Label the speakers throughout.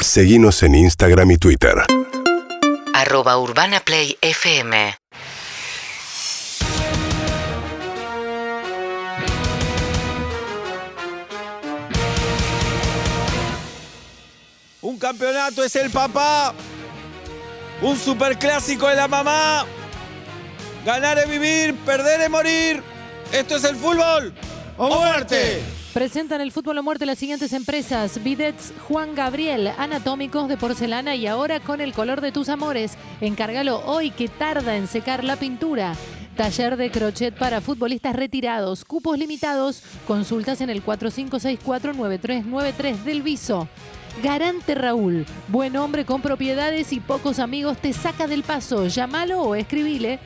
Speaker 1: Seguimos en Instagram y Twitter.
Speaker 2: arroba urbanaplayfm
Speaker 3: Un campeonato es el papá. Un superclásico es la mamá. Ganar es vivir, perder es morir. Esto es el fútbol. ¡O muerte!
Speaker 4: Presentan el fútbol a muerte las siguientes empresas: Bidets Juan Gabriel, Anatómicos de Porcelana y ahora con el color de tus amores. Encárgalo hoy que tarda en secar la pintura. Taller de crochet para futbolistas retirados, cupos limitados. Consultas en el 45649393 del Viso. Garante Raúl, buen hombre con propiedades y pocos amigos, te saca del paso. Llámalo o escribile.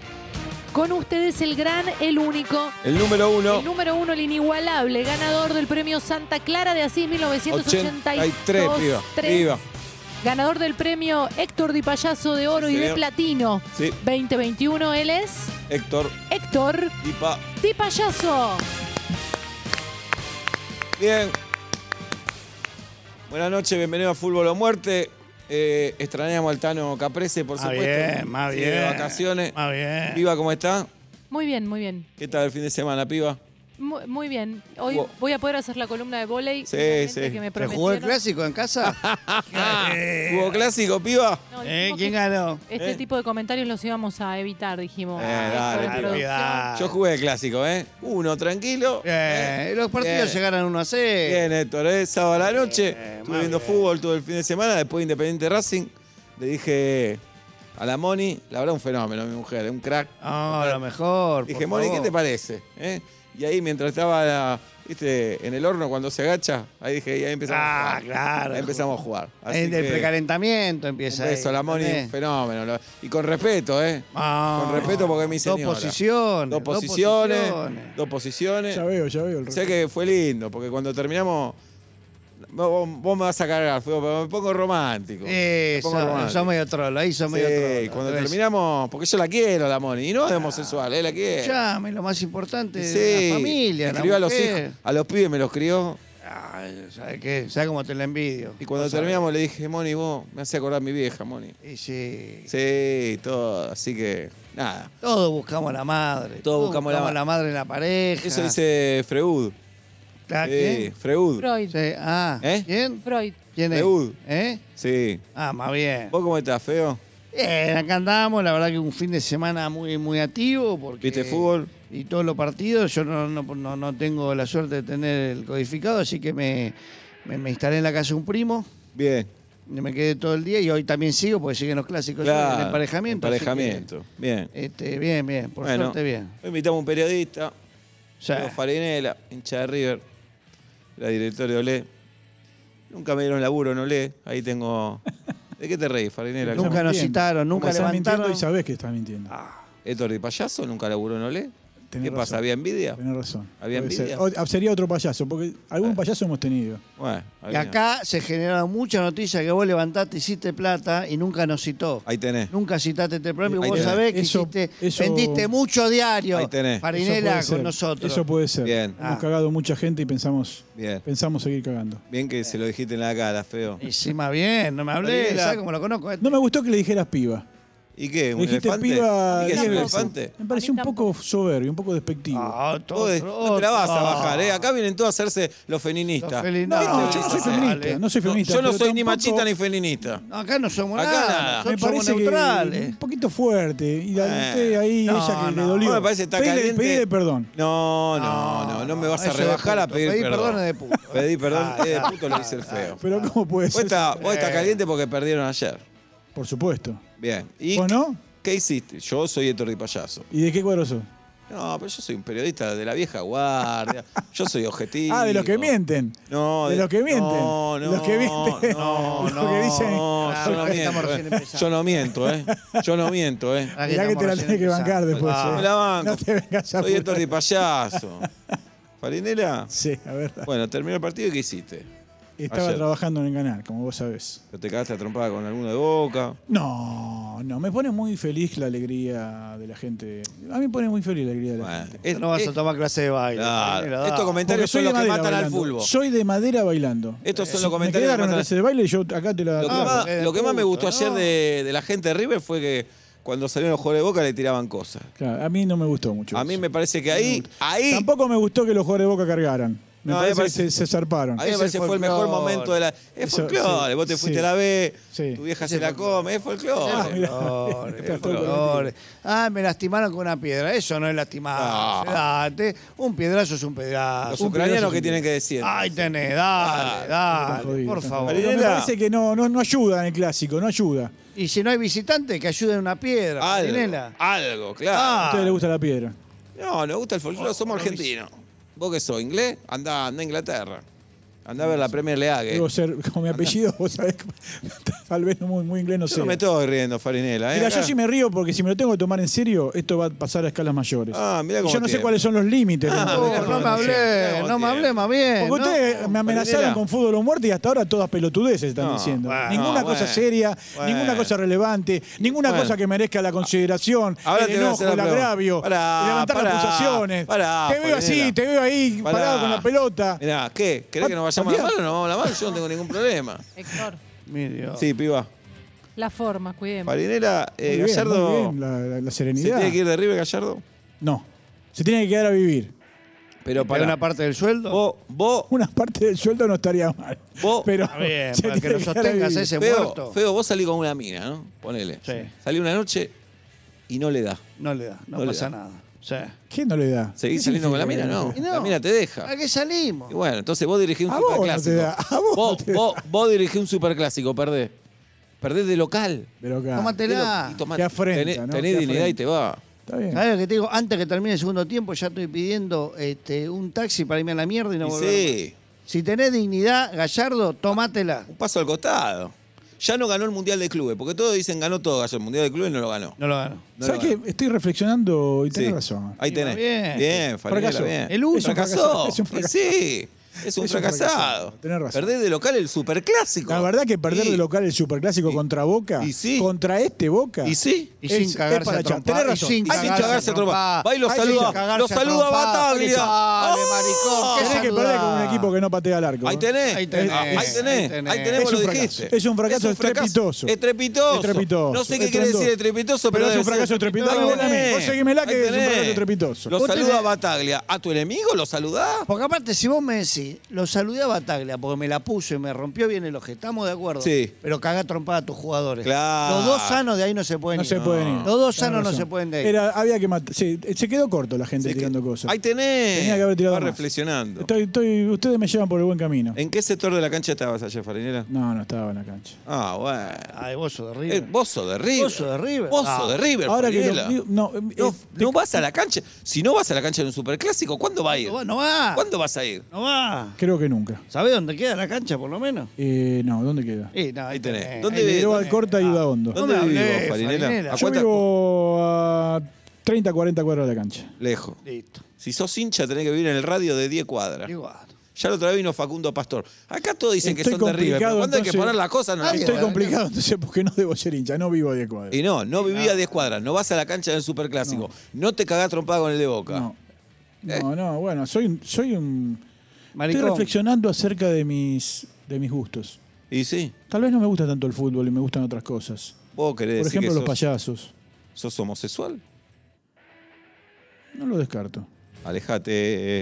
Speaker 4: Con ustedes el gran, el único,
Speaker 3: El número uno.
Speaker 4: el número uno, el inigualable, ganador del premio Santa Clara de Asís 1983.
Speaker 3: 83, piba. Piba.
Speaker 4: Ganador del premio Héctor Di Payaso de Oro
Speaker 3: Sí,
Speaker 4: y de
Speaker 3: señor.
Speaker 4: Platino
Speaker 3: Sí,
Speaker 4: 2021. Él es
Speaker 3: Héctor,
Speaker 4: Héctor
Speaker 3: Dipa.
Speaker 4: Di Payaso.
Speaker 3: Bien. Buenas noches, bienvenido a Fútbol o Muerte. Eh, extrañamos al Tano Caprese, por
Speaker 5: Más
Speaker 3: supuesto.
Speaker 5: bien, más
Speaker 3: Sí,
Speaker 5: bien.
Speaker 3: De vacaciones.
Speaker 5: Más bien.
Speaker 3: Piba, ¿cómo está?
Speaker 4: Muy bien, muy bien.
Speaker 3: ¿Qué tal el fin de semana, piba?
Speaker 4: Mu- Muy, bien. Hoy
Speaker 3: Wow.
Speaker 4: voy a poder hacer la columna de volei.
Speaker 3: Sí, sí.
Speaker 4: Que me
Speaker 5: ¿Se jugó el
Speaker 4: prometieron.
Speaker 5: clásico en casa?
Speaker 3: ¿Hubo clásico, piba?
Speaker 4: No,
Speaker 5: ¿Eh?
Speaker 4: dijimos
Speaker 5: ¿Quién
Speaker 4: que
Speaker 5: ganó?
Speaker 4: Este
Speaker 3: Eh.
Speaker 4: tipo de comentarios los íbamos a evitar, dijimos.
Speaker 3: Eh,
Speaker 4: Ah,
Speaker 3: dale,
Speaker 4: esto es
Speaker 3: tío.
Speaker 4: producción.
Speaker 5: Ah.
Speaker 3: Yo jugué el clásico, ¿eh? Uno, tranquilo.
Speaker 5: Eh, los partidos
Speaker 3: Bien.
Speaker 5: llegaron 1 a 0.
Speaker 3: Bien, Héctor, ¿eh? sábado a la noche. Estuve
Speaker 5: muy
Speaker 3: viendo
Speaker 5: bien.
Speaker 3: fútbol todo el fin de semana, después Independiente Racing. Le dije a la Moni, la verdad, un fenómeno, mi mujer, un crack.
Speaker 5: No, lo Ah, mejor.
Speaker 3: dije,
Speaker 5: por
Speaker 3: Moni, ¿qué
Speaker 5: favor.
Speaker 3: te parece? ¿Eh? Y ahí mientras estaba, viste, en el horno cuando se agacha, ahí dije, y ahí empezamos
Speaker 5: Ah,
Speaker 3: a jugar.
Speaker 5: claro.
Speaker 3: Ahí empezamos a jugar. Así
Speaker 5: En el
Speaker 3: que,
Speaker 5: precalentamiento empieza.
Speaker 3: un beso a
Speaker 5: ahí,
Speaker 3: la Moni, un
Speaker 5: ¿entendés?
Speaker 3: fenómeno. lo- Y con respeto, ¿eh?
Speaker 5: Ah,
Speaker 3: Con respeto porque es mi señora.
Speaker 5: Dos posiciones.
Speaker 3: Dos posiciones.
Speaker 5: posiciones.
Speaker 3: Dos posiciones.
Speaker 6: Ya veo, ya veo el
Speaker 3: Sé que fue lindo, porque cuando terminamos. Vos, vos me vas a cargar, fue- me pongo romántico. me pongo
Speaker 5: Eso,
Speaker 3: romántico.
Speaker 5: Eh, sos medio trolo, ahí sos
Speaker 3: Sí,
Speaker 5: medio trolo.
Speaker 3: cuando
Speaker 5: Debes-
Speaker 3: terminamos, porque yo la quiero, la Moni, y no es de homosexual, eh, la quiero.
Speaker 5: Escuchame, lo más importante
Speaker 3: Y
Speaker 5: Ah. de
Speaker 3: sí,
Speaker 5: la familia,
Speaker 3: me
Speaker 5: la
Speaker 3: crió a los
Speaker 5: mujer.
Speaker 3: hijos, a los pibes me los crió.
Speaker 5: Ay, ¿sabes qué? ¿Sabes cómo te la envidio?
Speaker 3: Y cuando
Speaker 5: Vos sabés.
Speaker 3: terminamos le dije, Moni, vos me hace acordar a mi vieja, Moni.
Speaker 5: Y sí.
Speaker 3: Sí, todo, así que nada.
Speaker 5: Todos buscamos a la madre.
Speaker 3: Todos buscamos la ma-
Speaker 5: la madre en la pareja.
Speaker 3: Eso dice Freud.
Speaker 5: Ah,
Speaker 3: Sí,
Speaker 5: ¿Quién?
Speaker 3: Freud.
Speaker 4: Freud.
Speaker 5: Sí, Ah,
Speaker 3: ¿Eh?
Speaker 5: ¿quién?
Speaker 4: Freud.
Speaker 5: ¿Quién es?
Speaker 3: Freud.
Speaker 5: ¿Eh?
Speaker 3: Sí.
Speaker 5: Ah, más bien.
Speaker 3: ¿Vos cómo estás, feo?
Speaker 5: Bien, acá andamos, la verdad que un fin de semana muy, muy activo. Porque
Speaker 3: ¿Viste fútbol?
Speaker 5: Y todos los partidos, yo no, no, no- no tengo la suerte de tener el codificado, así que me, me, me instalé en la casa de un primo,
Speaker 3: Bien.
Speaker 5: me quedé todo el día y hoy también sigo porque siguen los clásicos
Speaker 3: Claro,
Speaker 5: el emparejamiento. así que,
Speaker 3: Emparejamiento. Bien.
Speaker 5: este, bien, bien, por suerte bien.
Speaker 3: hoy invitamos a un periodista,
Speaker 5: O sea,
Speaker 3: Leo Farinela, hincha de River, la directora de Olé. Nunca me dieron laburo en Olé, ahí tengo... ¿De qué te reís, Farinela?
Speaker 5: Nunca nos
Speaker 6: Mintiendo.
Speaker 5: citaron, nunca
Speaker 6: Estás mintiendo
Speaker 5: levantaron.
Speaker 6: y sabés que estás mintiendo.
Speaker 3: Ah, ¿Héctor de payaso nunca laburó en Olé?
Speaker 6: Tenés
Speaker 3: ¿Qué pasa?
Speaker 6: razón.
Speaker 3: ¿Había envidia?
Speaker 6: Tenés razón.
Speaker 3: Había
Speaker 6: Puede ser.
Speaker 3: envidia. Ah.
Speaker 6: O- sería otro payaso, porque algún payaso hemos tenido.
Speaker 3: Bueno,
Speaker 5: Y
Speaker 3: había.
Speaker 5: acá se generaron muchas noticias que vos levantaste, hiciste plata y nunca nos citó.
Speaker 3: Ahí tenés.
Speaker 5: Nunca citaste este premio.
Speaker 3: Ahí
Speaker 5: Vos
Speaker 3: tenés.
Speaker 5: sabés que
Speaker 6: Eso-
Speaker 5: hiciste,
Speaker 6: eso-
Speaker 5: vendiste mucho diario.
Speaker 3: Ahí tenés.
Speaker 6: Eso
Speaker 5: Farinela
Speaker 6: puede ser.
Speaker 5: con nosotros.
Speaker 6: Eso puede ser.
Speaker 3: Bien.
Speaker 6: Hemos
Speaker 5: Ah.
Speaker 6: cagado mucha gente y pensamos,
Speaker 3: Bien.
Speaker 6: pensamos seguir cagando.
Speaker 3: Bien que se lo dijiste en la cara, feo.
Speaker 5: Encima bien, no me hablé,
Speaker 3: Farinela.
Speaker 5: ¿sabes cómo lo conozco? Este-
Speaker 6: No me gustó que le dijeras piba.
Speaker 3: ¿Y qué?
Speaker 6: Le
Speaker 3: ¿Un
Speaker 6: dijiste
Speaker 3: elefante?
Speaker 6: piba
Speaker 3: ¿Y qué es
Speaker 6: diez
Speaker 3: un
Speaker 6: veces.
Speaker 3: elefante?
Speaker 6: Me pareció
Speaker 4: A
Speaker 6: un
Speaker 4: mí
Speaker 6: poco soberbio, un poco despectivo.
Speaker 5: Ah, otro,
Speaker 3: Vos de- no te la vas a bajar, ¿eh? Acá vienen todos a hacerse los feministas.
Speaker 5: Ah. Los feliz-
Speaker 6: No,
Speaker 5: no,
Speaker 6: yo no soy
Speaker 5: no,
Speaker 6: feminista,
Speaker 5: vale.
Speaker 6: no soy feminista.
Speaker 3: yo no
Speaker 6: pero
Speaker 3: soy ni
Speaker 6: tampoco-
Speaker 3: machista ni feminista.
Speaker 5: No, acá no somos
Speaker 3: Acá
Speaker 5: nada.
Speaker 3: nada.
Speaker 5: nosotros
Speaker 6: Me parece
Speaker 5: somos
Speaker 6: que
Speaker 5: neutrales.
Speaker 6: un poquito fuerte. Y la
Speaker 3: Eh.
Speaker 6: usted ahí,
Speaker 5: No,
Speaker 6: ella que le
Speaker 5: no.
Speaker 6: dolió.
Speaker 3: No, me parece que está
Speaker 6: Pedile-
Speaker 3: caliente.
Speaker 6: pedile perdón.
Speaker 3: No, no, no, no me vas a
Speaker 5: eso de
Speaker 3: rebajar a
Speaker 5: puto.
Speaker 3: pedir
Speaker 5: Pedí
Speaker 3: perdón.
Speaker 5: perdón es de puto.
Speaker 3: Pedí perdón,
Speaker 5: Ah, Eh.
Speaker 3: es de
Speaker 5: ah,
Speaker 3: puto lo dice el feo.
Speaker 6: Pero ¿cómo puede
Speaker 3: Vos
Speaker 6: ser?
Speaker 3: estás vos estás caliente porque perdieron ayer.
Speaker 6: Por supuesto.
Speaker 3: Bien. ¿Y
Speaker 6: ¿Vos no?
Speaker 3: qué hiciste? Yo soy Héctor Di Payaso.
Speaker 6: ¿Y de qué cuadro sos?
Speaker 3: No, pero yo soy un periodista de la vieja guardia. Yo soy objetivo.
Speaker 6: Ah, de los que mienten.
Speaker 3: No,
Speaker 6: de los que mienten.
Speaker 3: No, no.
Speaker 6: Los que mienten.
Speaker 3: No,
Speaker 6: Los
Speaker 3: no.
Speaker 6: que dicen-
Speaker 3: No,
Speaker 5: Ah,
Speaker 3: yo no
Speaker 5: ahí
Speaker 3: miento.
Speaker 5: estamos recién
Speaker 3: eh.
Speaker 5: empezando.
Speaker 3: Yo no miento, ¿eh? Yo no miento, ¿eh?
Speaker 5: Acá
Speaker 6: Mirá que te la
Speaker 5: estamos
Speaker 6: tenés que
Speaker 5: recién
Speaker 6: bancar
Speaker 5: empezando.
Speaker 6: después.
Speaker 3: Ah, Me
Speaker 6: eh.
Speaker 3: la banco.
Speaker 6: No te vengas a
Speaker 3: Soy Héctor Di
Speaker 6: apurar.
Speaker 3: Payaso. ¿Farinela?
Speaker 6: Sí, a ver.
Speaker 3: Bueno, terminó el partido y ¿qué hiciste?
Speaker 6: Estaba
Speaker 3: Ayer.
Speaker 6: trabajando en el canal, como vos sabés.
Speaker 3: Pero te cagaste a trompada con alguno de boca.
Speaker 6: No, no, me pone muy feliz la alegría de la gente. A mí me pone muy feliz la alegría de la
Speaker 3: Bueno,
Speaker 6: gente.
Speaker 3: es-
Speaker 5: No vas
Speaker 3: es-
Speaker 5: a tomar clase de baile.
Speaker 3: Claro,
Speaker 5: Mira,
Speaker 3: Estos
Speaker 5: da.
Speaker 6: Porque
Speaker 3: comentarios
Speaker 6: soy
Speaker 3: son los
Speaker 6: de
Speaker 3: que
Speaker 6: madera
Speaker 3: matan al
Speaker 6: bailando.
Speaker 3: fútbol.
Speaker 6: Soy de madera bailando.
Speaker 3: Estos son
Speaker 6: Si
Speaker 3: los comentarios
Speaker 6: Me
Speaker 3: que
Speaker 6: quedaron
Speaker 3: matan al-
Speaker 6: clase de baile y yo acá te la.
Speaker 3: Lo que,
Speaker 5: Ah,
Speaker 3: más,
Speaker 5: porque es
Speaker 3: lo que más me
Speaker 5: puto,
Speaker 3: gustó ayer
Speaker 5: no.
Speaker 3: de, de la gente de River fue que cuando salieron los jugadores de Boca le tiraban cosas.
Speaker 6: Claro, a mí no me gustó mucho.
Speaker 3: A
Speaker 6: eso.
Speaker 3: mí me parece que ahí, ahí,
Speaker 6: Tampoco me gustó que los jugadores de Boca cargaran. Me
Speaker 3: No, a mí me
Speaker 6: parece,
Speaker 3: parece-
Speaker 6: que se, se zarparon.
Speaker 3: a mí me
Speaker 5: es
Speaker 3: parece
Speaker 5: el
Speaker 3: fue el mejor
Speaker 5: folclore.
Speaker 3: momento de la. Es
Speaker 6: Eso,
Speaker 3: folclore,
Speaker 6: sí,
Speaker 3: vos te
Speaker 6: sí.
Speaker 3: fuiste a la B,
Speaker 6: Sí.
Speaker 3: tu vieja
Speaker 5: Es
Speaker 3: se la
Speaker 5: folclore.
Speaker 3: come, es folclore.
Speaker 6: Ah, mirá.
Speaker 5: Flores,
Speaker 6: Está todo
Speaker 5: flores. Ah, me lastimaron con una piedra. Eso no es lastimar.
Speaker 3: No.
Speaker 5: Date. Un piedrazo es un
Speaker 3: Los
Speaker 5: pedazo.
Speaker 6: Un
Speaker 3: ucranianos
Speaker 6: pedazo
Speaker 3: que
Speaker 6: sin-
Speaker 3: tienen que decir.
Speaker 5: Ay, tenés, dale,
Speaker 6: Están
Speaker 5: dale,
Speaker 6: jodidos,
Speaker 5: por
Speaker 6: están
Speaker 5: favor.
Speaker 6: jodidos. Me
Speaker 3: Marinela.
Speaker 6: parece que no, no, no ayuda en el clásico, no ayuda.
Speaker 5: Y si no hay visitante, que ayuden una piedra.
Speaker 3: Ah, algo,
Speaker 5: Marinela.
Speaker 3: algo, claro.
Speaker 5: Ah.
Speaker 6: A ustedes les gusta la piedra.
Speaker 3: No, nos gusta el folclore,
Speaker 6: Oh,
Speaker 3: somos argentinos. ¿Vos qué sos? ¿Inglés? Andá, andá a Inglaterra. Andá a ver la Premier League.
Speaker 6: Debo ser, con mi apellido, vos sabés, tal vez no muy, muy inglés no
Speaker 3: Yo
Speaker 6: sé.
Speaker 3: no me estoy riendo, Farinela. ¿eh?
Speaker 6: Mira, yo
Speaker 3: Acá-
Speaker 6: sí me río porque si me lo tengo que tomar en serio, esto va a pasar a escalas mayores.
Speaker 3: Ah, mirá cómo
Speaker 6: yo no sé
Speaker 3: tiene.
Speaker 6: cuáles son los límites.
Speaker 3: Ah,
Speaker 6: dentro de
Speaker 3: mirá
Speaker 5: Oh, No,
Speaker 6: esta
Speaker 5: no me
Speaker 3: cómo
Speaker 6: organización.
Speaker 5: hablé,
Speaker 3: tiene.
Speaker 5: no me hablé más bien.
Speaker 6: Porque
Speaker 5: ¿no?
Speaker 6: ustedes me amenazaron
Speaker 3: Marinela.
Speaker 6: con fútbol o muerte y hasta ahora todas pelotudeces están
Speaker 3: No,
Speaker 6: diciendo.
Speaker 3: bueno,
Speaker 6: ninguna
Speaker 3: no,
Speaker 6: cosa
Speaker 3: bueno,
Speaker 6: seria,
Speaker 3: bueno.
Speaker 6: ninguna cosa relevante, ninguna
Speaker 3: Bueno.
Speaker 6: cosa que merezca la consideración,
Speaker 3: Ahora
Speaker 6: el
Speaker 3: te voy a
Speaker 6: enojo,
Speaker 3: hacer la
Speaker 6: el
Speaker 3: pregunta.
Speaker 6: agravio,
Speaker 3: Pará,
Speaker 6: el levantar
Speaker 3: pará,
Speaker 6: las pulsaciones.
Speaker 3: pará,
Speaker 6: te veo así,
Speaker 3: Marinela.
Speaker 6: te veo ahí
Speaker 3: Pará.
Speaker 6: parado con la pelota.
Speaker 3: Mirá, ¿qué? ¿Querés que nos vayamos a la mano?
Speaker 6: Cambiá.
Speaker 3: ¿Nos vamos a la mano? Yo no tengo ningún problema.
Speaker 4: Héctor,
Speaker 5: Mire,
Speaker 3: Sí, piba.
Speaker 4: la forma, cuidemos.
Speaker 3: Farinela, eh,
Speaker 6: Muy bien, muy
Speaker 3: Gallardo.
Speaker 6: bien, la, la- la
Speaker 3: ¿Se
Speaker 6: serenidad.
Speaker 3: tiene que ir de River Gallardo?
Speaker 6: No, se tiene que quedar a vivir.
Speaker 3: Pero
Speaker 5: ¿Para
Speaker 3: para.
Speaker 5: una parte del sueldo?
Speaker 3: Vos, vos,
Speaker 6: Una parte del sueldo no estaría mal.
Speaker 3: Vos-
Speaker 6: pero
Speaker 5: Está bien,
Speaker 6: se
Speaker 5: para que
Speaker 6: tiene
Speaker 5: lo
Speaker 6: quedar a
Speaker 5: sostengas
Speaker 6: vivir.
Speaker 5: ese
Speaker 3: feo,
Speaker 5: muerto.
Speaker 3: feo, vos salís con una mina, ¿no? Ponele.
Speaker 5: Sí.
Speaker 3: Salí una noche y no le da.
Speaker 5: No le da, no,
Speaker 3: No le
Speaker 5: pasa
Speaker 3: da.
Speaker 5: nada. Sí.
Speaker 6: ¿Qué no le da?
Speaker 3: ¿Seguís
Speaker 6: ¿Qué
Speaker 3: saliendo con la mina?
Speaker 6: significa
Speaker 3: No.
Speaker 6: que
Speaker 5: no.
Speaker 3: La mina te deja.
Speaker 5: ¿A qué salimos?
Speaker 3: Y bueno, entonces vos dirigís un
Speaker 6: A vos no
Speaker 3: superclásico.
Speaker 6: te da, a vos no te da.
Speaker 3: vos, vos dirigís un superclásico, perdés. Perdés de local.
Speaker 6: Pero acá.
Speaker 5: Tómatela.
Speaker 3: Y tomá-
Speaker 6: Qué afrenta,
Speaker 3: tenés
Speaker 6: ¿no?
Speaker 3: tenés
Speaker 6: Qué
Speaker 3: dignidad
Speaker 6: afrenta.
Speaker 3: y te va.
Speaker 6: Está bien.
Speaker 5: ¿Sabes lo que te digo? Antes que termine el segundo tiempo, ya estoy pidiendo este, un taxi para irme a la mierda y no
Speaker 3: Y
Speaker 5: volver. más.
Speaker 3: sí,
Speaker 5: Si tenés dignidad, Gallardo, tomátela.
Speaker 3: un paso al costado. Ya no ganó el Mundial de Clubes, porque todos dicen ganó todo Gallardo. El Mundial de Clubes no lo ganó.
Speaker 5: No lo gano.
Speaker 3: No
Speaker 6: ¿Sabes
Speaker 3: lo
Speaker 6: qué? Estoy reflexionando y tenés
Speaker 3: Sí.
Speaker 6: razón.
Speaker 3: Ahí
Speaker 5: Sí,
Speaker 3: tenés.
Speaker 5: va bien.
Speaker 3: Bien, Farinela,
Speaker 6: Fracasó.
Speaker 3: bien.
Speaker 5: El uno.
Speaker 3: Es un fracasó.
Speaker 6: fracasado. Es un
Speaker 3: Y
Speaker 6: fracasado.
Speaker 3: Sí, es un
Speaker 6: Es un
Speaker 3: fracasado.
Speaker 6: fracasado. Tenés razón.
Speaker 3: Perder de local el superclásico.
Speaker 6: La verdad que perder
Speaker 3: Y-
Speaker 6: de local el superclásico
Speaker 3: Y-
Speaker 6: contra Boca,
Speaker 3: y sí.
Speaker 6: contra este Boca.
Speaker 3: Y sí.
Speaker 5: Y sin
Speaker 6: es
Speaker 5: cagarse
Speaker 6: para
Speaker 5: a
Speaker 6: echar.
Speaker 5: trompada,
Speaker 6: Tenés
Speaker 5: y
Speaker 6: razón.
Speaker 3: Hay
Speaker 5: sin
Speaker 3: que
Speaker 5: Cagarse a
Speaker 3: cagarse a trompa.
Speaker 5: trompada.
Speaker 3: Va y lo
Speaker 5: Hay que
Speaker 3: saluda.
Speaker 5: cagarse
Speaker 3: Lo
Speaker 5: a
Speaker 3: saluda a
Speaker 5: trompada.
Speaker 3: Bataglia.
Speaker 5: Dale,
Speaker 3: ¡Oh!
Speaker 5: maricón, qué
Speaker 6: Tenés que perder con un
Speaker 5: saludá.
Speaker 6: equipo que no patea al arco.
Speaker 3: Ahí
Speaker 6: ¿eh?
Speaker 3: tenés. Ah,
Speaker 5: Ahí tenés.
Speaker 3: Ahí
Speaker 5: Ahí
Speaker 3: tenés.
Speaker 5: tenés.
Speaker 3: Ahí tenés,
Speaker 6: Es
Speaker 3: vos
Speaker 6: un
Speaker 3: lo
Speaker 6: fracaso.
Speaker 3: dijiste.
Speaker 6: Es un fracaso estrepitoso.
Speaker 3: Estrepitoso.
Speaker 6: Estrepitoso.
Speaker 3: No sé qué
Speaker 6: Es
Speaker 3: quiere decir
Speaker 6: tremendo.
Speaker 3: estrepitoso,
Speaker 6: Pero
Speaker 3: pero.
Speaker 6: es un
Speaker 3: debe ser-
Speaker 6: fracaso estrepitoso.
Speaker 3: Ahí
Speaker 6: Dámela a mí.
Speaker 3: tenés.
Speaker 6: Vos seguímela que
Speaker 3: Ahí
Speaker 6: es un
Speaker 3: tenés.
Speaker 6: fracaso estrepitoso.
Speaker 3: Lo
Speaker 5: Vos
Speaker 3: saluda
Speaker 5: tenés-
Speaker 3: a Bataglia. ¿A tu enemigo lo saludás?
Speaker 5: Porque aparte, si vos me decís, lo saludé a Bataglia porque me la puso y me rompió bien el ojo, estamos de acuerdo.
Speaker 3: Sí.
Speaker 5: Pero cagá trompada a tus jugadores.
Speaker 3: Claro.
Speaker 5: Los dos sanos de ahí no se pueden
Speaker 6: No
Speaker 5: ir.
Speaker 6: se pueden ir.
Speaker 5: Los dos
Speaker 6: Tenés
Speaker 5: sanos no
Speaker 6: razón.
Speaker 5: se pueden de ahí.
Speaker 6: Era, había que matar. Sí, se quedó corto la gente
Speaker 3: Sí,
Speaker 6: tirando
Speaker 3: que-
Speaker 6: cosas.
Speaker 3: Ahí tenés.
Speaker 6: Tenía que haber tirado
Speaker 3: Va
Speaker 6: más.
Speaker 3: reflexionando. Eh.
Speaker 6: Estoy- estoy- ustedes me llevan por el buen camino.
Speaker 3: ¿En qué sector de la cancha estabas ayer, Farinera?
Speaker 6: No, no estaba en la cancha.
Speaker 3: Ah, bueno.
Speaker 5: Ay, vos sos de
Speaker 3: Eh,
Speaker 5: River.
Speaker 3: vos sos de River.
Speaker 5: Vos sos de River.
Speaker 3: Vos
Speaker 5: Ah.
Speaker 3: sos de River,
Speaker 6: Ahora que
Speaker 3: Farinela.
Speaker 6: lo digo- no, eh,
Speaker 3: no,
Speaker 6: eh,
Speaker 3: no vas a la cancha. Si no vas a la cancha de un superclásico, ¿cuándo va a ir?
Speaker 5: No va.
Speaker 3: Eh, ¿Cuándo vas a ir?
Speaker 5: No va.
Speaker 6: Creo que nunca.
Speaker 5: ¿Sabés dónde queda la cancha, por lo menos?
Speaker 6: Eh, no, ¿dónde queda?
Speaker 5: Eh, no,
Speaker 3: Ahí tenés. ¿Dónde
Speaker 6: Eh,
Speaker 3: vive?
Speaker 6: Yo
Speaker 3: ¿Dónde,
Speaker 6: al corta y da hondo.
Speaker 3: dónde
Speaker 5: ¿Dónde? No me
Speaker 3: vivís
Speaker 5: hablé,
Speaker 3: vos, Farinela?
Speaker 5: Farinela.
Speaker 3: ¿A
Speaker 6: Yo
Speaker 3: cuánta-
Speaker 6: vivo a 30, 40 cuadras de la cancha.
Speaker 3: Lejos.
Speaker 5: Listo.
Speaker 3: Si sos hincha, tenés que vivir en el radio de 10 cuadras.
Speaker 5: Igual.
Speaker 3: Ya la otra vez vino Facundo Pastor. Acá todos dicen que
Speaker 6: Estoy
Speaker 3: son de River, pero
Speaker 6: complicado,
Speaker 3: cuando hay que
Speaker 6: entonces-
Speaker 3: poner las cosas, no las
Speaker 5: Nadie
Speaker 6: Estoy
Speaker 5: va a
Speaker 3: ponen.
Speaker 5: la
Speaker 6: complicado, entonces, porque no debo ser hincha, no vivo a 10 cuadras.
Speaker 3: Y no, no vivía a 10 cuadras, no vas a la cancha del superclásico, no te cagás trompada con el de Boca.
Speaker 6: No,
Speaker 3: Eh.
Speaker 6: no, no, bueno, soy, un- soy un... Estoy
Speaker 5: Maricón.
Speaker 6: reflexionando acerca de mis, de mis gustos.
Speaker 3: Y sí,
Speaker 6: Tal vez no me gusta tanto el fútbol y me gustan otras cosas.
Speaker 3: vos querés
Speaker 6: Por
Speaker 3: decir
Speaker 6: ejemplo, los
Speaker 3: que sos,
Speaker 6: payasos.
Speaker 3: sos homosexual.
Speaker 6: No lo descarto.
Speaker 3: Alejate,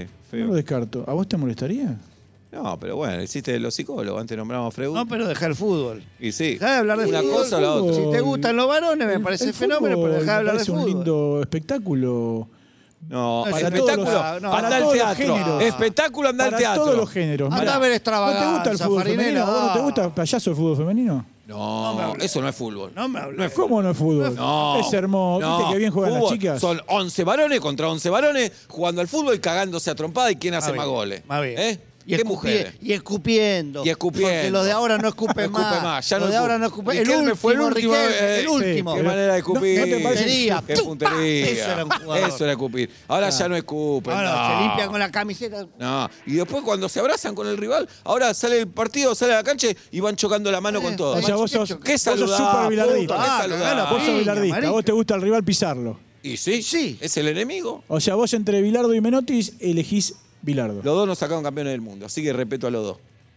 Speaker 3: eh,
Speaker 6: No lo
Speaker 3: feo.
Speaker 6: descarto. ¿A vos te molestaría?
Speaker 3: No, pero bueno, hiciste los psicólogos, antes nombramos a Freud.
Speaker 5: No, pero deja el fútbol.
Speaker 3: Y sí,
Speaker 5: Dejá de hablar de
Speaker 3: una
Speaker 5: fútbol.
Speaker 3: cosa o la otra.
Speaker 5: Si te gustan los varones, me
Speaker 6: El-
Speaker 5: parece
Speaker 6: el
Speaker 5: fenómeno,
Speaker 6: fútbol
Speaker 5: pero dejá de
Speaker 6: me
Speaker 5: hablar de
Speaker 6: parece
Speaker 5: fútbol.
Speaker 6: un lindo espectáculo.
Speaker 3: No,
Speaker 5: No,
Speaker 3: para
Speaker 5: es
Speaker 3: espectáculo,
Speaker 5: espectáculo,
Speaker 3: para
Speaker 5: no, para
Speaker 3: el
Speaker 5: todos los
Speaker 3: teatro.
Speaker 6: géneros.
Speaker 3: Espectáculo anda al
Speaker 6: para
Speaker 3: teatro.
Speaker 6: todos los
Speaker 3: Ah,
Speaker 6: géneros.
Speaker 5: Anda
Speaker 6: Mirá,
Speaker 5: a ver
Speaker 6: ¿No te gusta el
Speaker 5: extravaganza,
Speaker 6: fútbol
Speaker 5: Farinela,
Speaker 6: femenino? ¿Vos no te
Speaker 5: da.
Speaker 6: gusta payaso el fútbol femenino?
Speaker 3: No, eso no es fútbol.
Speaker 5: No me hables.
Speaker 6: ¿Cómo no es fútbol?
Speaker 3: No.
Speaker 6: Es hermoso.
Speaker 3: No.
Speaker 6: ¿Viste que bien juegan las
Speaker 3: Fútbol.
Speaker 6: chicas?
Speaker 3: Son 11 varones contra 11 varones jugando al fútbol y cagándose a trompada y quién hace
Speaker 5: Más
Speaker 3: más
Speaker 5: bien,
Speaker 3: goles.
Speaker 5: más bien.
Speaker 3: ¿Eh?
Speaker 5: Y,
Speaker 3: ¿Qué
Speaker 5: escupi-
Speaker 3: mujeres?
Speaker 5: y escupiendo.
Speaker 3: Y escupiendo.
Speaker 5: Porque los de ahora no escupen
Speaker 3: No escupe
Speaker 5: más.
Speaker 3: más, ya
Speaker 5: los
Speaker 3: no
Speaker 5: de ahora
Speaker 3: escupe.
Speaker 5: no escupen.
Speaker 3: Riquelme fue el último,
Speaker 5: Riquelme,
Speaker 3: eh,
Speaker 5: el
Speaker 3: sí,
Speaker 5: último.
Speaker 3: Qué manera de escupir.
Speaker 6: No, no te parece-
Speaker 5: Puntería,
Speaker 3: Qué
Speaker 5: ¡tum!
Speaker 3: puntería.
Speaker 5: ¡Pah! Eso era un jugador.
Speaker 3: Eso era escupir. Ahora ya no escupen.
Speaker 5: Ahora
Speaker 3: no.
Speaker 5: se limpia con la camiseta.
Speaker 3: No, y después cuando se abrazan con el rival, ahora sale el partido, sale a la cancha y van chocando la mano con todo.
Speaker 6: O sea, vos sos,
Speaker 5: Qué
Speaker 3: ¿Qué
Speaker 6: vos sos
Speaker 3: saludás,
Speaker 6: super
Speaker 3: puta,
Speaker 6: bilardista.
Speaker 3: ¿Qué
Speaker 5: Ah, cagala,
Speaker 3: saludás?
Speaker 6: vos sos
Speaker 5: piña,
Speaker 6: bilardista.
Speaker 5: marica.
Speaker 6: Vos te gusta el rival pisarlo.
Speaker 3: ¿Y sí?
Speaker 5: Sí.
Speaker 3: ¿Es el enemigo?
Speaker 6: O sea, vos entre Bilardo y Menotti elegís Bilardo.
Speaker 3: Los dos nos sacaron campeones del mundo, así que respeto a los dos.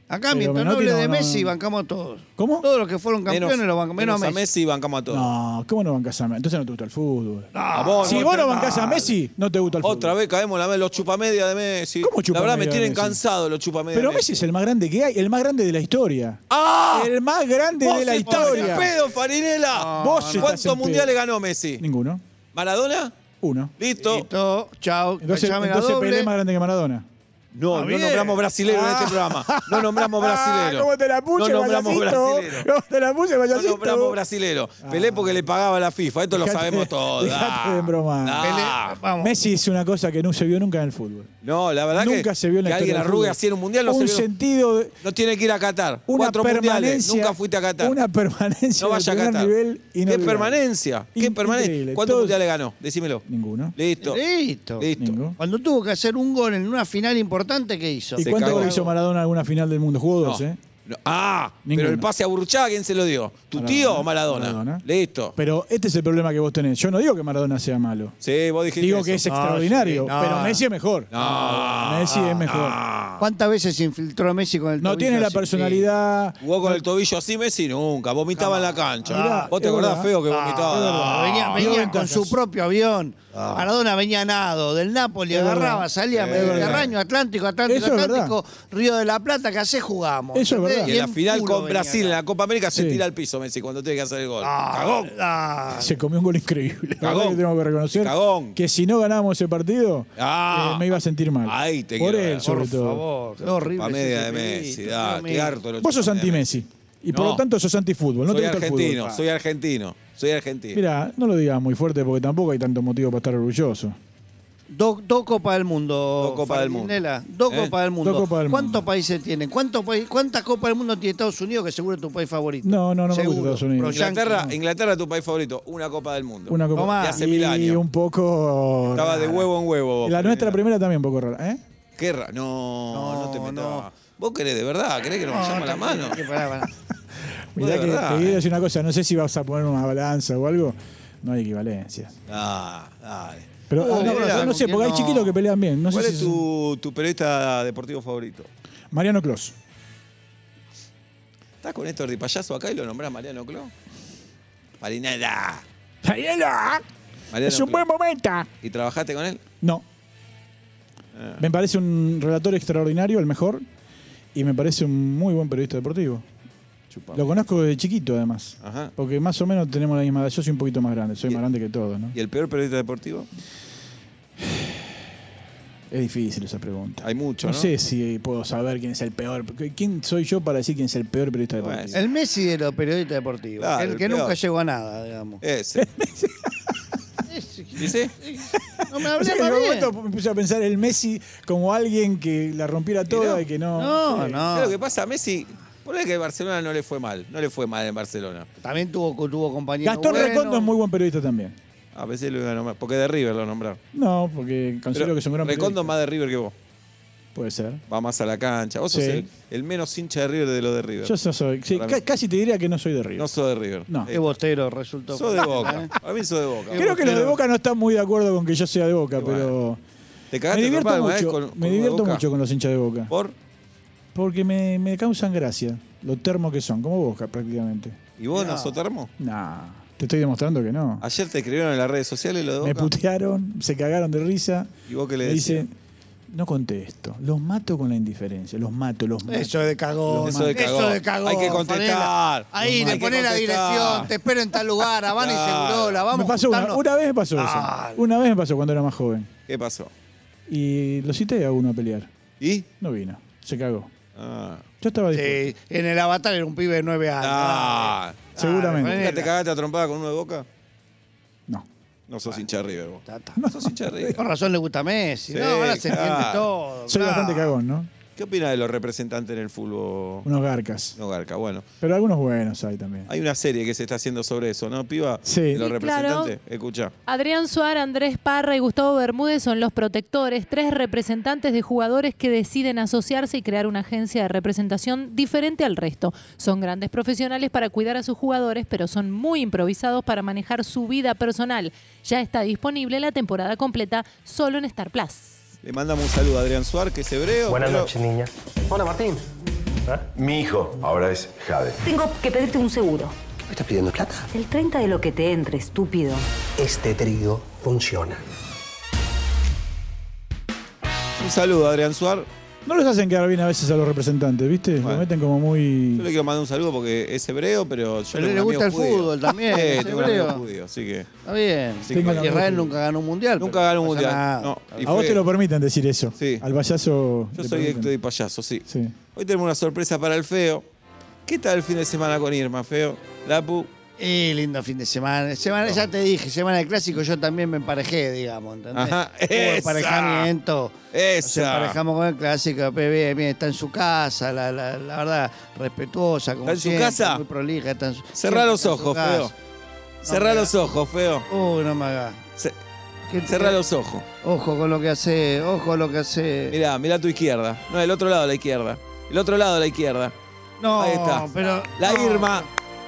Speaker 5: Acá,
Speaker 6: Pero
Speaker 5: mientras no
Speaker 6: Menotti
Speaker 5: hable
Speaker 6: no,
Speaker 5: de
Speaker 6: no,
Speaker 5: Messi,
Speaker 6: no.
Speaker 5: bancamos a todos.
Speaker 6: ¿Cómo?
Speaker 5: Todos los que fueron campeones los bancamos. Menos,
Speaker 3: menos a Messi y bancamos a todos.
Speaker 6: No, ¿cómo no bancás a Messi? Entonces no te gusta el fútbol.
Speaker 3: A vos,
Speaker 6: si
Speaker 3: no
Speaker 6: vos no
Speaker 3: te-
Speaker 6: bancás a Messi, no te gusta el fútbol.
Speaker 3: Otra vez caemos la, los chupamedia de Messi.
Speaker 6: ¿Cómo
Speaker 3: La verdad
Speaker 6: chupamedia
Speaker 3: me
Speaker 6: de
Speaker 3: tienen
Speaker 6: Messi?
Speaker 3: cansado los chupamedia
Speaker 6: Pero
Speaker 3: de
Speaker 6: Messi es el más grande que hay, el más grande de la historia.
Speaker 3: ¡Ah!
Speaker 6: El más grande
Speaker 3: ¡Vos
Speaker 6: de la
Speaker 3: estás
Speaker 6: historia.
Speaker 3: en pedo, Farinela!
Speaker 6: Vos
Speaker 3: ¿Cuántos
Speaker 6: estás en pedo.
Speaker 3: mundiales ganó Messi?
Speaker 6: Ninguno.
Speaker 3: ¿Maradona?
Speaker 6: Uno.
Speaker 3: Listo.
Speaker 5: Listo, chao.
Speaker 6: Entonces,
Speaker 5: Llame la
Speaker 6: entonces
Speaker 5: doble.
Speaker 6: Pelé es más grande que Maradona.
Speaker 3: No,
Speaker 5: Ah,
Speaker 3: no
Speaker 5: bien.
Speaker 3: nombramos brasilero en este programa. No nombramos brasilero.
Speaker 6: Ah, ¿Cómo te la puse,
Speaker 3: No nombramos
Speaker 6: payasito?
Speaker 3: brasilero.
Speaker 6: ¿Cómo te la puse,
Speaker 3: No
Speaker 6: payasito?
Speaker 3: nombramos brasilero. Pelé porque le pagaba la FIFA. Esto lo
Speaker 6: Ah. Dejate-
Speaker 3: sabemos todos.
Speaker 6: dejate
Speaker 3: Ah,
Speaker 6: de bromar.
Speaker 3: ah.
Speaker 5: Pelé, vamos.
Speaker 6: Messi es una cosa que no se vio nunca en el fútbol.
Speaker 3: No, la verdad
Speaker 6: nunca
Speaker 3: que,
Speaker 6: se vio en la
Speaker 3: que
Speaker 6: historia
Speaker 3: alguien
Speaker 6: del
Speaker 3: arrugue
Speaker 6: fútbol.
Speaker 3: así en un mundial no
Speaker 6: un
Speaker 3: se vio.
Speaker 6: sentido de
Speaker 3: No tiene que ir a Qatar.
Speaker 6: una
Speaker 3: Cuatro mundiales.
Speaker 6: permanencia
Speaker 3: Nunca fuiste a Qatar.
Speaker 6: una permanencia
Speaker 3: no
Speaker 6: de
Speaker 3: vaya a
Speaker 6: primer
Speaker 3: Qatar.
Speaker 6: nivel
Speaker 3: ¿Qué
Speaker 6: inolvidable.
Speaker 3: permanencia? ¿Qué
Speaker 6: In-
Speaker 3: permanencia?
Speaker 6: increíble.
Speaker 3: ¿Cuántos
Speaker 6: Todo-
Speaker 3: mundiales ganó? Decímelo.
Speaker 6: ninguno
Speaker 3: Listo.
Speaker 5: Listo.
Speaker 3: Listo.
Speaker 6: Ninguno.
Speaker 5: Cuando tuvo que hacer un gol en una final importante, ¿qué hizo?
Speaker 6: ¿Y
Speaker 3: Se
Speaker 6: cuántos
Speaker 3: cagó.
Speaker 6: goles hizo Maradona en alguna final del mundo? Jugó dos, ¿eh?
Speaker 3: No. Ah,
Speaker 6: Ninguno.
Speaker 3: pero el pase a Burchá, ¿quién se lo dio? ¿Tu
Speaker 6: Maradona.
Speaker 3: tío o Maradona?
Speaker 6: Maradona.
Speaker 3: Listo.
Speaker 6: Pero este es el problema que vos tenés. Yo no digo que Maradona sea malo.
Speaker 3: "Ah, Sí, vos dijiste
Speaker 6: Digo
Speaker 3: eso.
Speaker 6: que es
Speaker 5: No,
Speaker 6: extraordinario.
Speaker 5: sí, no.
Speaker 6: Pero Messi es mejor.
Speaker 3: No.
Speaker 6: Messi es mejor.
Speaker 5: ¿Cuántas veces se infiltró Messi con el
Speaker 6: No
Speaker 5: tobillo
Speaker 6: tiene la
Speaker 5: así?
Speaker 6: personalidad.
Speaker 3: Jugó con el tobillo así Messi nunca, vomitaba en la cancha.
Speaker 6: Mirá,
Speaker 3: ¿Vos te
Speaker 6: es
Speaker 3: acordás
Speaker 6: verdad.
Speaker 3: feo que
Speaker 5: Ah, es verdad.
Speaker 3: vomitaba?
Speaker 5: venía
Speaker 6: Ah,
Speaker 5: venía
Speaker 6: vio
Speaker 5: con
Speaker 6: ventajas.
Speaker 5: su propio avión. Maradona venía a nado del Napoli,
Speaker 6: Es
Speaker 5: agarraba,
Speaker 6: verdad.
Speaker 5: salía
Speaker 3: Es
Speaker 5: Mediterráneo, Atlántico, Atlántico,
Speaker 6: Eso es
Speaker 5: Atlántico, Río de la Plata, que así jugamos.
Speaker 6: Eso es
Speaker 5: ¿entendés?
Speaker 6: verdad.
Speaker 3: y en la
Speaker 5: en
Speaker 3: final
Speaker 5: culo
Speaker 3: con
Speaker 5: venía
Speaker 3: Brasil, en
Speaker 5: acá.
Speaker 3: la Copa América, se
Speaker 6: Sí.
Speaker 3: tira al piso Messi cuando tiene que hacer el gol.
Speaker 5: Ah,
Speaker 3: ¡Cagón!
Speaker 5: ah.
Speaker 6: Se comió un gol increíble. La verdad
Speaker 3: Cagón.
Speaker 6: que tengo que reconocer
Speaker 3: Cagón.
Speaker 6: que si no ganábamos ese partido,
Speaker 3: Ah.
Speaker 6: eh, me iba a sentir mal.
Speaker 3: Ahí te
Speaker 6: Por
Speaker 3: quiero
Speaker 6: él,
Speaker 3: ver.
Speaker 6: sobre
Speaker 5: Por
Speaker 6: todo.
Speaker 5: favor, qué horrible.
Speaker 3: Pa' media
Speaker 5: ese
Speaker 3: de
Speaker 5: pibito,
Speaker 3: Messi,
Speaker 5: ah, qué
Speaker 3: da, qué
Speaker 5: horrible.
Speaker 3: harto los
Speaker 6: Vos sos
Speaker 3: chupones de
Speaker 6: anti-Messi. Y por
Speaker 3: No.
Speaker 6: lo tanto sos anti-fútbol. No
Speaker 3: soy
Speaker 6: te gusta el
Speaker 3: argentino,
Speaker 6: fútbol.
Speaker 3: soy argentino, soy argentino.
Speaker 6: Mira, no lo digas muy fuerte porque tampoco hay tanto motivo para estar orgulloso.
Speaker 5: Dos dos Copas del Mundo.
Speaker 3: Dos Copas del Mundo.
Speaker 5: Fardinela. Dos
Speaker 3: ¿Eh?
Speaker 5: Copas del Mundo.
Speaker 6: Dos Copas del
Speaker 5: ¿Cuántos
Speaker 6: Mundo.
Speaker 5: países tienen? ¿Cuántos países- ¿Cuántas Copas del Mundo tiene Estados Unidos, que seguro es tu país favorito?
Speaker 6: No, no, no me gusta
Speaker 5: seguro.
Speaker 6: Estados Unidos.
Speaker 5: Los yanquis,
Speaker 3: Inglaterra,
Speaker 5: no.
Speaker 3: Inglaterra, tu país favorito, una Copa del Mundo.
Speaker 6: Una copa.
Speaker 5: Tomá.
Speaker 3: De hace mil
Speaker 6: Y
Speaker 3: años.
Speaker 6: un poco.
Speaker 3: Estaba de
Speaker 6: rara.
Speaker 3: huevo en huevo. vos,
Speaker 6: La
Speaker 3: Pereira.
Speaker 6: nuestra primera también un poco rara, ¿eh?
Speaker 3: Qué ra- No, no,
Speaker 5: No,
Speaker 3: te metas.
Speaker 5: no.
Speaker 3: Vos querés de verdad, querés que nos
Speaker 5: No,
Speaker 3: llama la
Speaker 5: tranquilo,
Speaker 3: mano.
Speaker 5: que pará, pará.
Speaker 3: Vos
Speaker 6: Mirá
Speaker 3: de
Speaker 6: que
Speaker 3: verdad,
Speaker 6: te quiero
Speaker 3: eh.
Speaker 6: decir una cosa, no sé si vas a poner una balanza o algo, no hay equivalencias.
Speaker 3: Ah, dale.
Speaker 6: Pero
Speaker 5: Oh,
Speaker 6: ah, no,
Speaker 5: mirá,
Speaker 6: yo no
Speaker 5: con
Speaker 6: sé,
Speaker 5: quién
Speaker 6: porque hay
Speaker 5: no.
Speaker 6: chiquitos que pelean bien. No sé
Speaker 3: ¿Cuál
Speaker 6: si
Speaker 3: es
Speaker 6: son-
Speaker 3: tu, tu periodista deportivo favorito?
Speaker 6: Mariano Clos.
Speaker 3: ¿Estás con Héctor de payaso acá y lo nombrás Mariano Cló? Marinela. Mariano
Speaker 6: ¡Es un
Speaker 3: Clos.
Speaker 6: buen momento!
Speaker 3: ¿Y trabajaste con él?
Speaker 6: No.
Speaker 3: Ah.
Speaker 6: Me parece un relator extraordinario, el mejor, y me parece un muy buen periodista deportivo.
Speaker 3: Chupame.
Speaker 6: Lo conozco de chiquito, además.
Speaker 3: Ajá.
Speaker 6: Porque más o menos tenemos la misma edad. Yo soy un poquito más grande, soy
Speaker 3: Y-
Speaker 6: más grande que todos, ¿no?
Speaker 3: ¿Y el peor periodista deportivo?
Speaker 6: Es difícil esa pregunta.
Speaker 3: Hay mucho,
Speaker 6: no,
Speaker 3: ¿no?
Speaker 6: sé si puedo saber quién es el peor. porque ¿Quién soy yo para decir quién es el peor periodista
Speaker 3: Bueno,
Speaker 6: deportivo?
Speaker 5: El Messi de los periodistas deportivos.
Speaker 3: Claro,
Speaker 5: el
Speaker 3: el
Speaker 5: que
Speaker 3: peor.
Speaker 5: nunca llegó a nada, digamos.
Speaker 3: Ese. ¿Dice?
Speaker 5: No me
Speaker 6: O
Speaker 5: hablé
Speaker 6: sea, que
Speaker 5: más
Speaker 6: en algún
Speaker 5: bien.
Speaker 6: momento me puse a pensar el Messi como alguien que la rompiera toda
Speaker 3: no.
Speaker 6: y que no.
Speaker 5: No,
Speaker 6: sí.
Speaker 3: Lo que
Speaker 5: no.
Speaker 3: pasa, Messi, por que Barcelona no le fue mal. No le fue mal en Barcelona.
Speaker 5: También tuvo, tuvo compañeros.
Speaker 6: Gastón
Speaker 5: buenos.
Speaker 6: Recondo es muy buen periodista también.
Speaker 3: A veces lo iba a nombrar. Porque de River lo nombraron.
Speaker 6: No, porque considero
Speaker 3: Pero
Speaker 6: que es un gran
Speaker 3: Recondo
Speaker 6: periodista.
Speaker 3: más de River que vos.
Speaker 6: Puede ser.
Speaker 3: Va más a la cancha. Vos sos
Speaker 6: Sí.
Speaker 3: el, el menos hincha de River de los de River.
Speaker 6: Yo so- soy. sí,
Speaker 3: Para mí.
Speaker 6: ca- casi te diría que no soy de River.
Speaker 3: No sos de River. Eh,
Speaker 6: No.
Speaker 5: Qué botero resultó.
Speaker 3: Sos de Boca.
Speaker 5: ¿Eh?
Speaker 3: A mí sos de Boca.
Speaker 6: Creo que los de Boca no están muy de acuerdo con que yo sea de Boca,
Speaker 3: Y bueno.
Speaker 6: pero.
Speaker 3: Te
Speaker 6: Me
Speaker 3: cagaste
Speaker 6: divierto
Speaker 3: atrapado, ¿eh?
Speaker 6: mucho,
Speaker 3: Con- con
Speaker 6: me
Speaker 3: de
Speaker 6: divierto
Speaker 3: Boca.
Speaker 6: mucho con los hinchas de Boca.
Speaker 3: Por.
Speaker 6: Porque me, me causan gracia. Lo termo que son, como Boca prácticamente.
Speaker 3: ¿Y vos no, sos termo?
Speaker 6: Nah, te estoy demostrando que no.
Speaker 3: Ayer te escribieron en las redes sociales lo de Boca.
Speaker 6: Me putearon, se cagaron de risa.
Speaker 3: ¿Y vos qué le
Speaker 6: Me
Speaker 3: decís?
Speaker 6: dicen, no contesto. Los mato con la indiferencia. Los mato, los mato.
Speaker 5: Eso de cagón.
Speaker 3: Eso de cagón. Hay que contestar.
Speaker 5: Fadela. Ahí
Speaker 3: Hay
Speaker 5: le
Speaker 3: que
Speaker 5: ponés la
Speaker 3: contestar.
Speaker 5: dirección, te espero en tal lugar, a Van y
Speaker 3: Claro.
Speaker 5: Segurola, vamos.
Speaker 6: me pasó una,
Speaker 5: juntarnos.
Speaker 6: una vez me pasó
Speaker 5: Ah.
Speaker 6: eso. Una vez me pasó cuando era más joven.
Speaker 3: ¿Qué pasó?
Speaker 6: Y lo cité a uno a pelear.
Speaker 3: ¿Y?
Speaker 6: No vino. Se cagó.
Speaker 3: Ah.
Speaker 6: Yo estaba dispuesto.
Speaker 5: Sí, Eh, en el avatar era un pibe de nueve años.
Speaker 3: Ah.
Speaker 7: eh.
Speaker 6: Seguramente.
Speaker 5: Fadela.
Speaker 3: ¿Nunca te cagaste a trompada con uno de Boca?
Speaker 6: No.
Speaker 3: No sos hincha de River vos.
Speaker 5: Ta, ta.
Speaker 3: No sos hincha de River.
Speaker 5: Por razón le gusta Messi.
Speaker 3: Sí,
Speaker 5: no, ahora se
Speaker 3: claro.
Speaker 5: entiende todo.
Speaker 6: Soy
Speaker 5: claro.
Speaker 6: bastante cagón, ¿no?
Speaker 3: ¿Qué opina de los representantes en el fútbol?
Speaker 6: Unos garcas.
Speaker 3: No, Garca, bueno.
Speaker 6: Pero algunos buenos hay también.
Speaker 3: Hay una serie que se está haciendo sobre eso, ¿no, piba?
Speaker 6: Sí.
Speaker 3: De Los
Speaker 4: Sí,
Speaker 3: representantes. Escucha.
Speaker 4: Adrián Suárez, Andrés Parra y Gustavo Bermúdez son los protectores, tres representantes de jugadores que deciden asociarse y crear una agencia de representación diferente al resto. Son grandes profesionales para cuidar a sus jugadores, pero son muy improvisados para manejar su vida personal. Ya está disponible la temporada completa solo en Star Plus.
Speaker 3: Le mandamos un saludo a Adrián Suárez, que es hebreo.
Speaker 7: Buenas
Speaker 3: pero-
Speaker 7: noches, niña. Hola, Martín.
Speaker 8: Mi hijo ahora es Jade.
Speaker 9: Tengo que pedirte un seguro.
Speaker 7: ¿Qué me estás pidiendo plata?
Speaker 9: El 30 de lo que te entre, estúpido.
Speaker 7: Este trío funciona.
Speaker 3: Un saludo a Adrián Suárez.
Speaker 6: No los hacen quedar bien a veces a los representantes, ¿viste?
Speaker 3: Bueno.
Speaker 6: Lo meten como
Speaker 3: Yo le
Speaker 6: muy.
Speaker 3: quiero mandar un saludo porque es hebreo, pero yo
Speaker 5: Pero
Speaker 3: tengo
Speaker 5: le
Speaker 3: un amigo
Speaker 5: gusta el
Speaker 3: judío.
Speaker 5: fútbol también,
Speaker 3: Eh,
Speaker 5: es
Speaker 3: tengo un amigo
Speaker 5: hebreo.
Speaker 3: judío, así que.
Speaker 5: Está bien.
Speaker 3: Sí,
Speaker 5: Porque
Speaker 6: claro.
Speaker 5: Israel nunca ganó un mundial.
Speaker 3: Nunca
Speaker 5: pero
Speaker 3: ganó un
Speaker 5: no pasa
Speaker 3: mundial,
Speaker 5: nada.
Speaker 3: no. Y
Speaker 6: A vos
Speaker 3: fue-
Speaker 6: te lo permiten decir eso.
Speaker 3: Sí.
Speaker 6: Al payaso.
Speaker 3: Yo
Speaker 6: le
Speaker 3: soy
Speaker 6: permiten.
Speaker 3: Héctor y payaso, sí.
Speaker 6: Sí.
Speaker 3: Hoy tenemos una sorpresa para el feo. ¿Qué tal el fin de semana con Irma, feo? Lapu.
Speaker 5: Y lindo fin de semana. semana Ya te dije, semana de clásico, yo también me emparejé, digamos, ¿entendés?
Speaker 3: Ajá,
Speaker 5: Hubo
Speaker 3: esa.
Speaker 5: emparejamiento.
Speaker 3: Esa.
Speaker 5: Nos emparejamos con el clásico, bebé, bien, está en su casa, la, la- la verdad, respetuosa, como
Speaker 3: ¿Está en su
Speaker 5: siempre,
Speaker 3: casa?
Speaker 5: Muy prolija, está en su
Speaker 3: Cerrá
Speaker 5: siempre
Speaker 3: los
Speaker 5: está en su
Speaker 3: ojos,
Speaker 5: casa.
Speaker 3: feo. Cerrá
Speaker 5: mira.
Speaker 3: los ojos, feo.
Speaker 5: Uy, no me hagas.
Speaker 3: Ce-
Speaker 5: ¿Qué te-
Speaker 3: Cerrá los ojos.
Speaker 5: Ojo con lo que hace, ojo con lo que hace.
Speaker 3: Mirá, mirá tu izquierda. No, el otro lado de la izquierda. El otro lado de la izquierda.
Speaker 5: no,
Speaker 3: ahí está.
Speaker 5: pero.
Speaker 3: La
Speaker 5: no.
Speaker 3: Irma.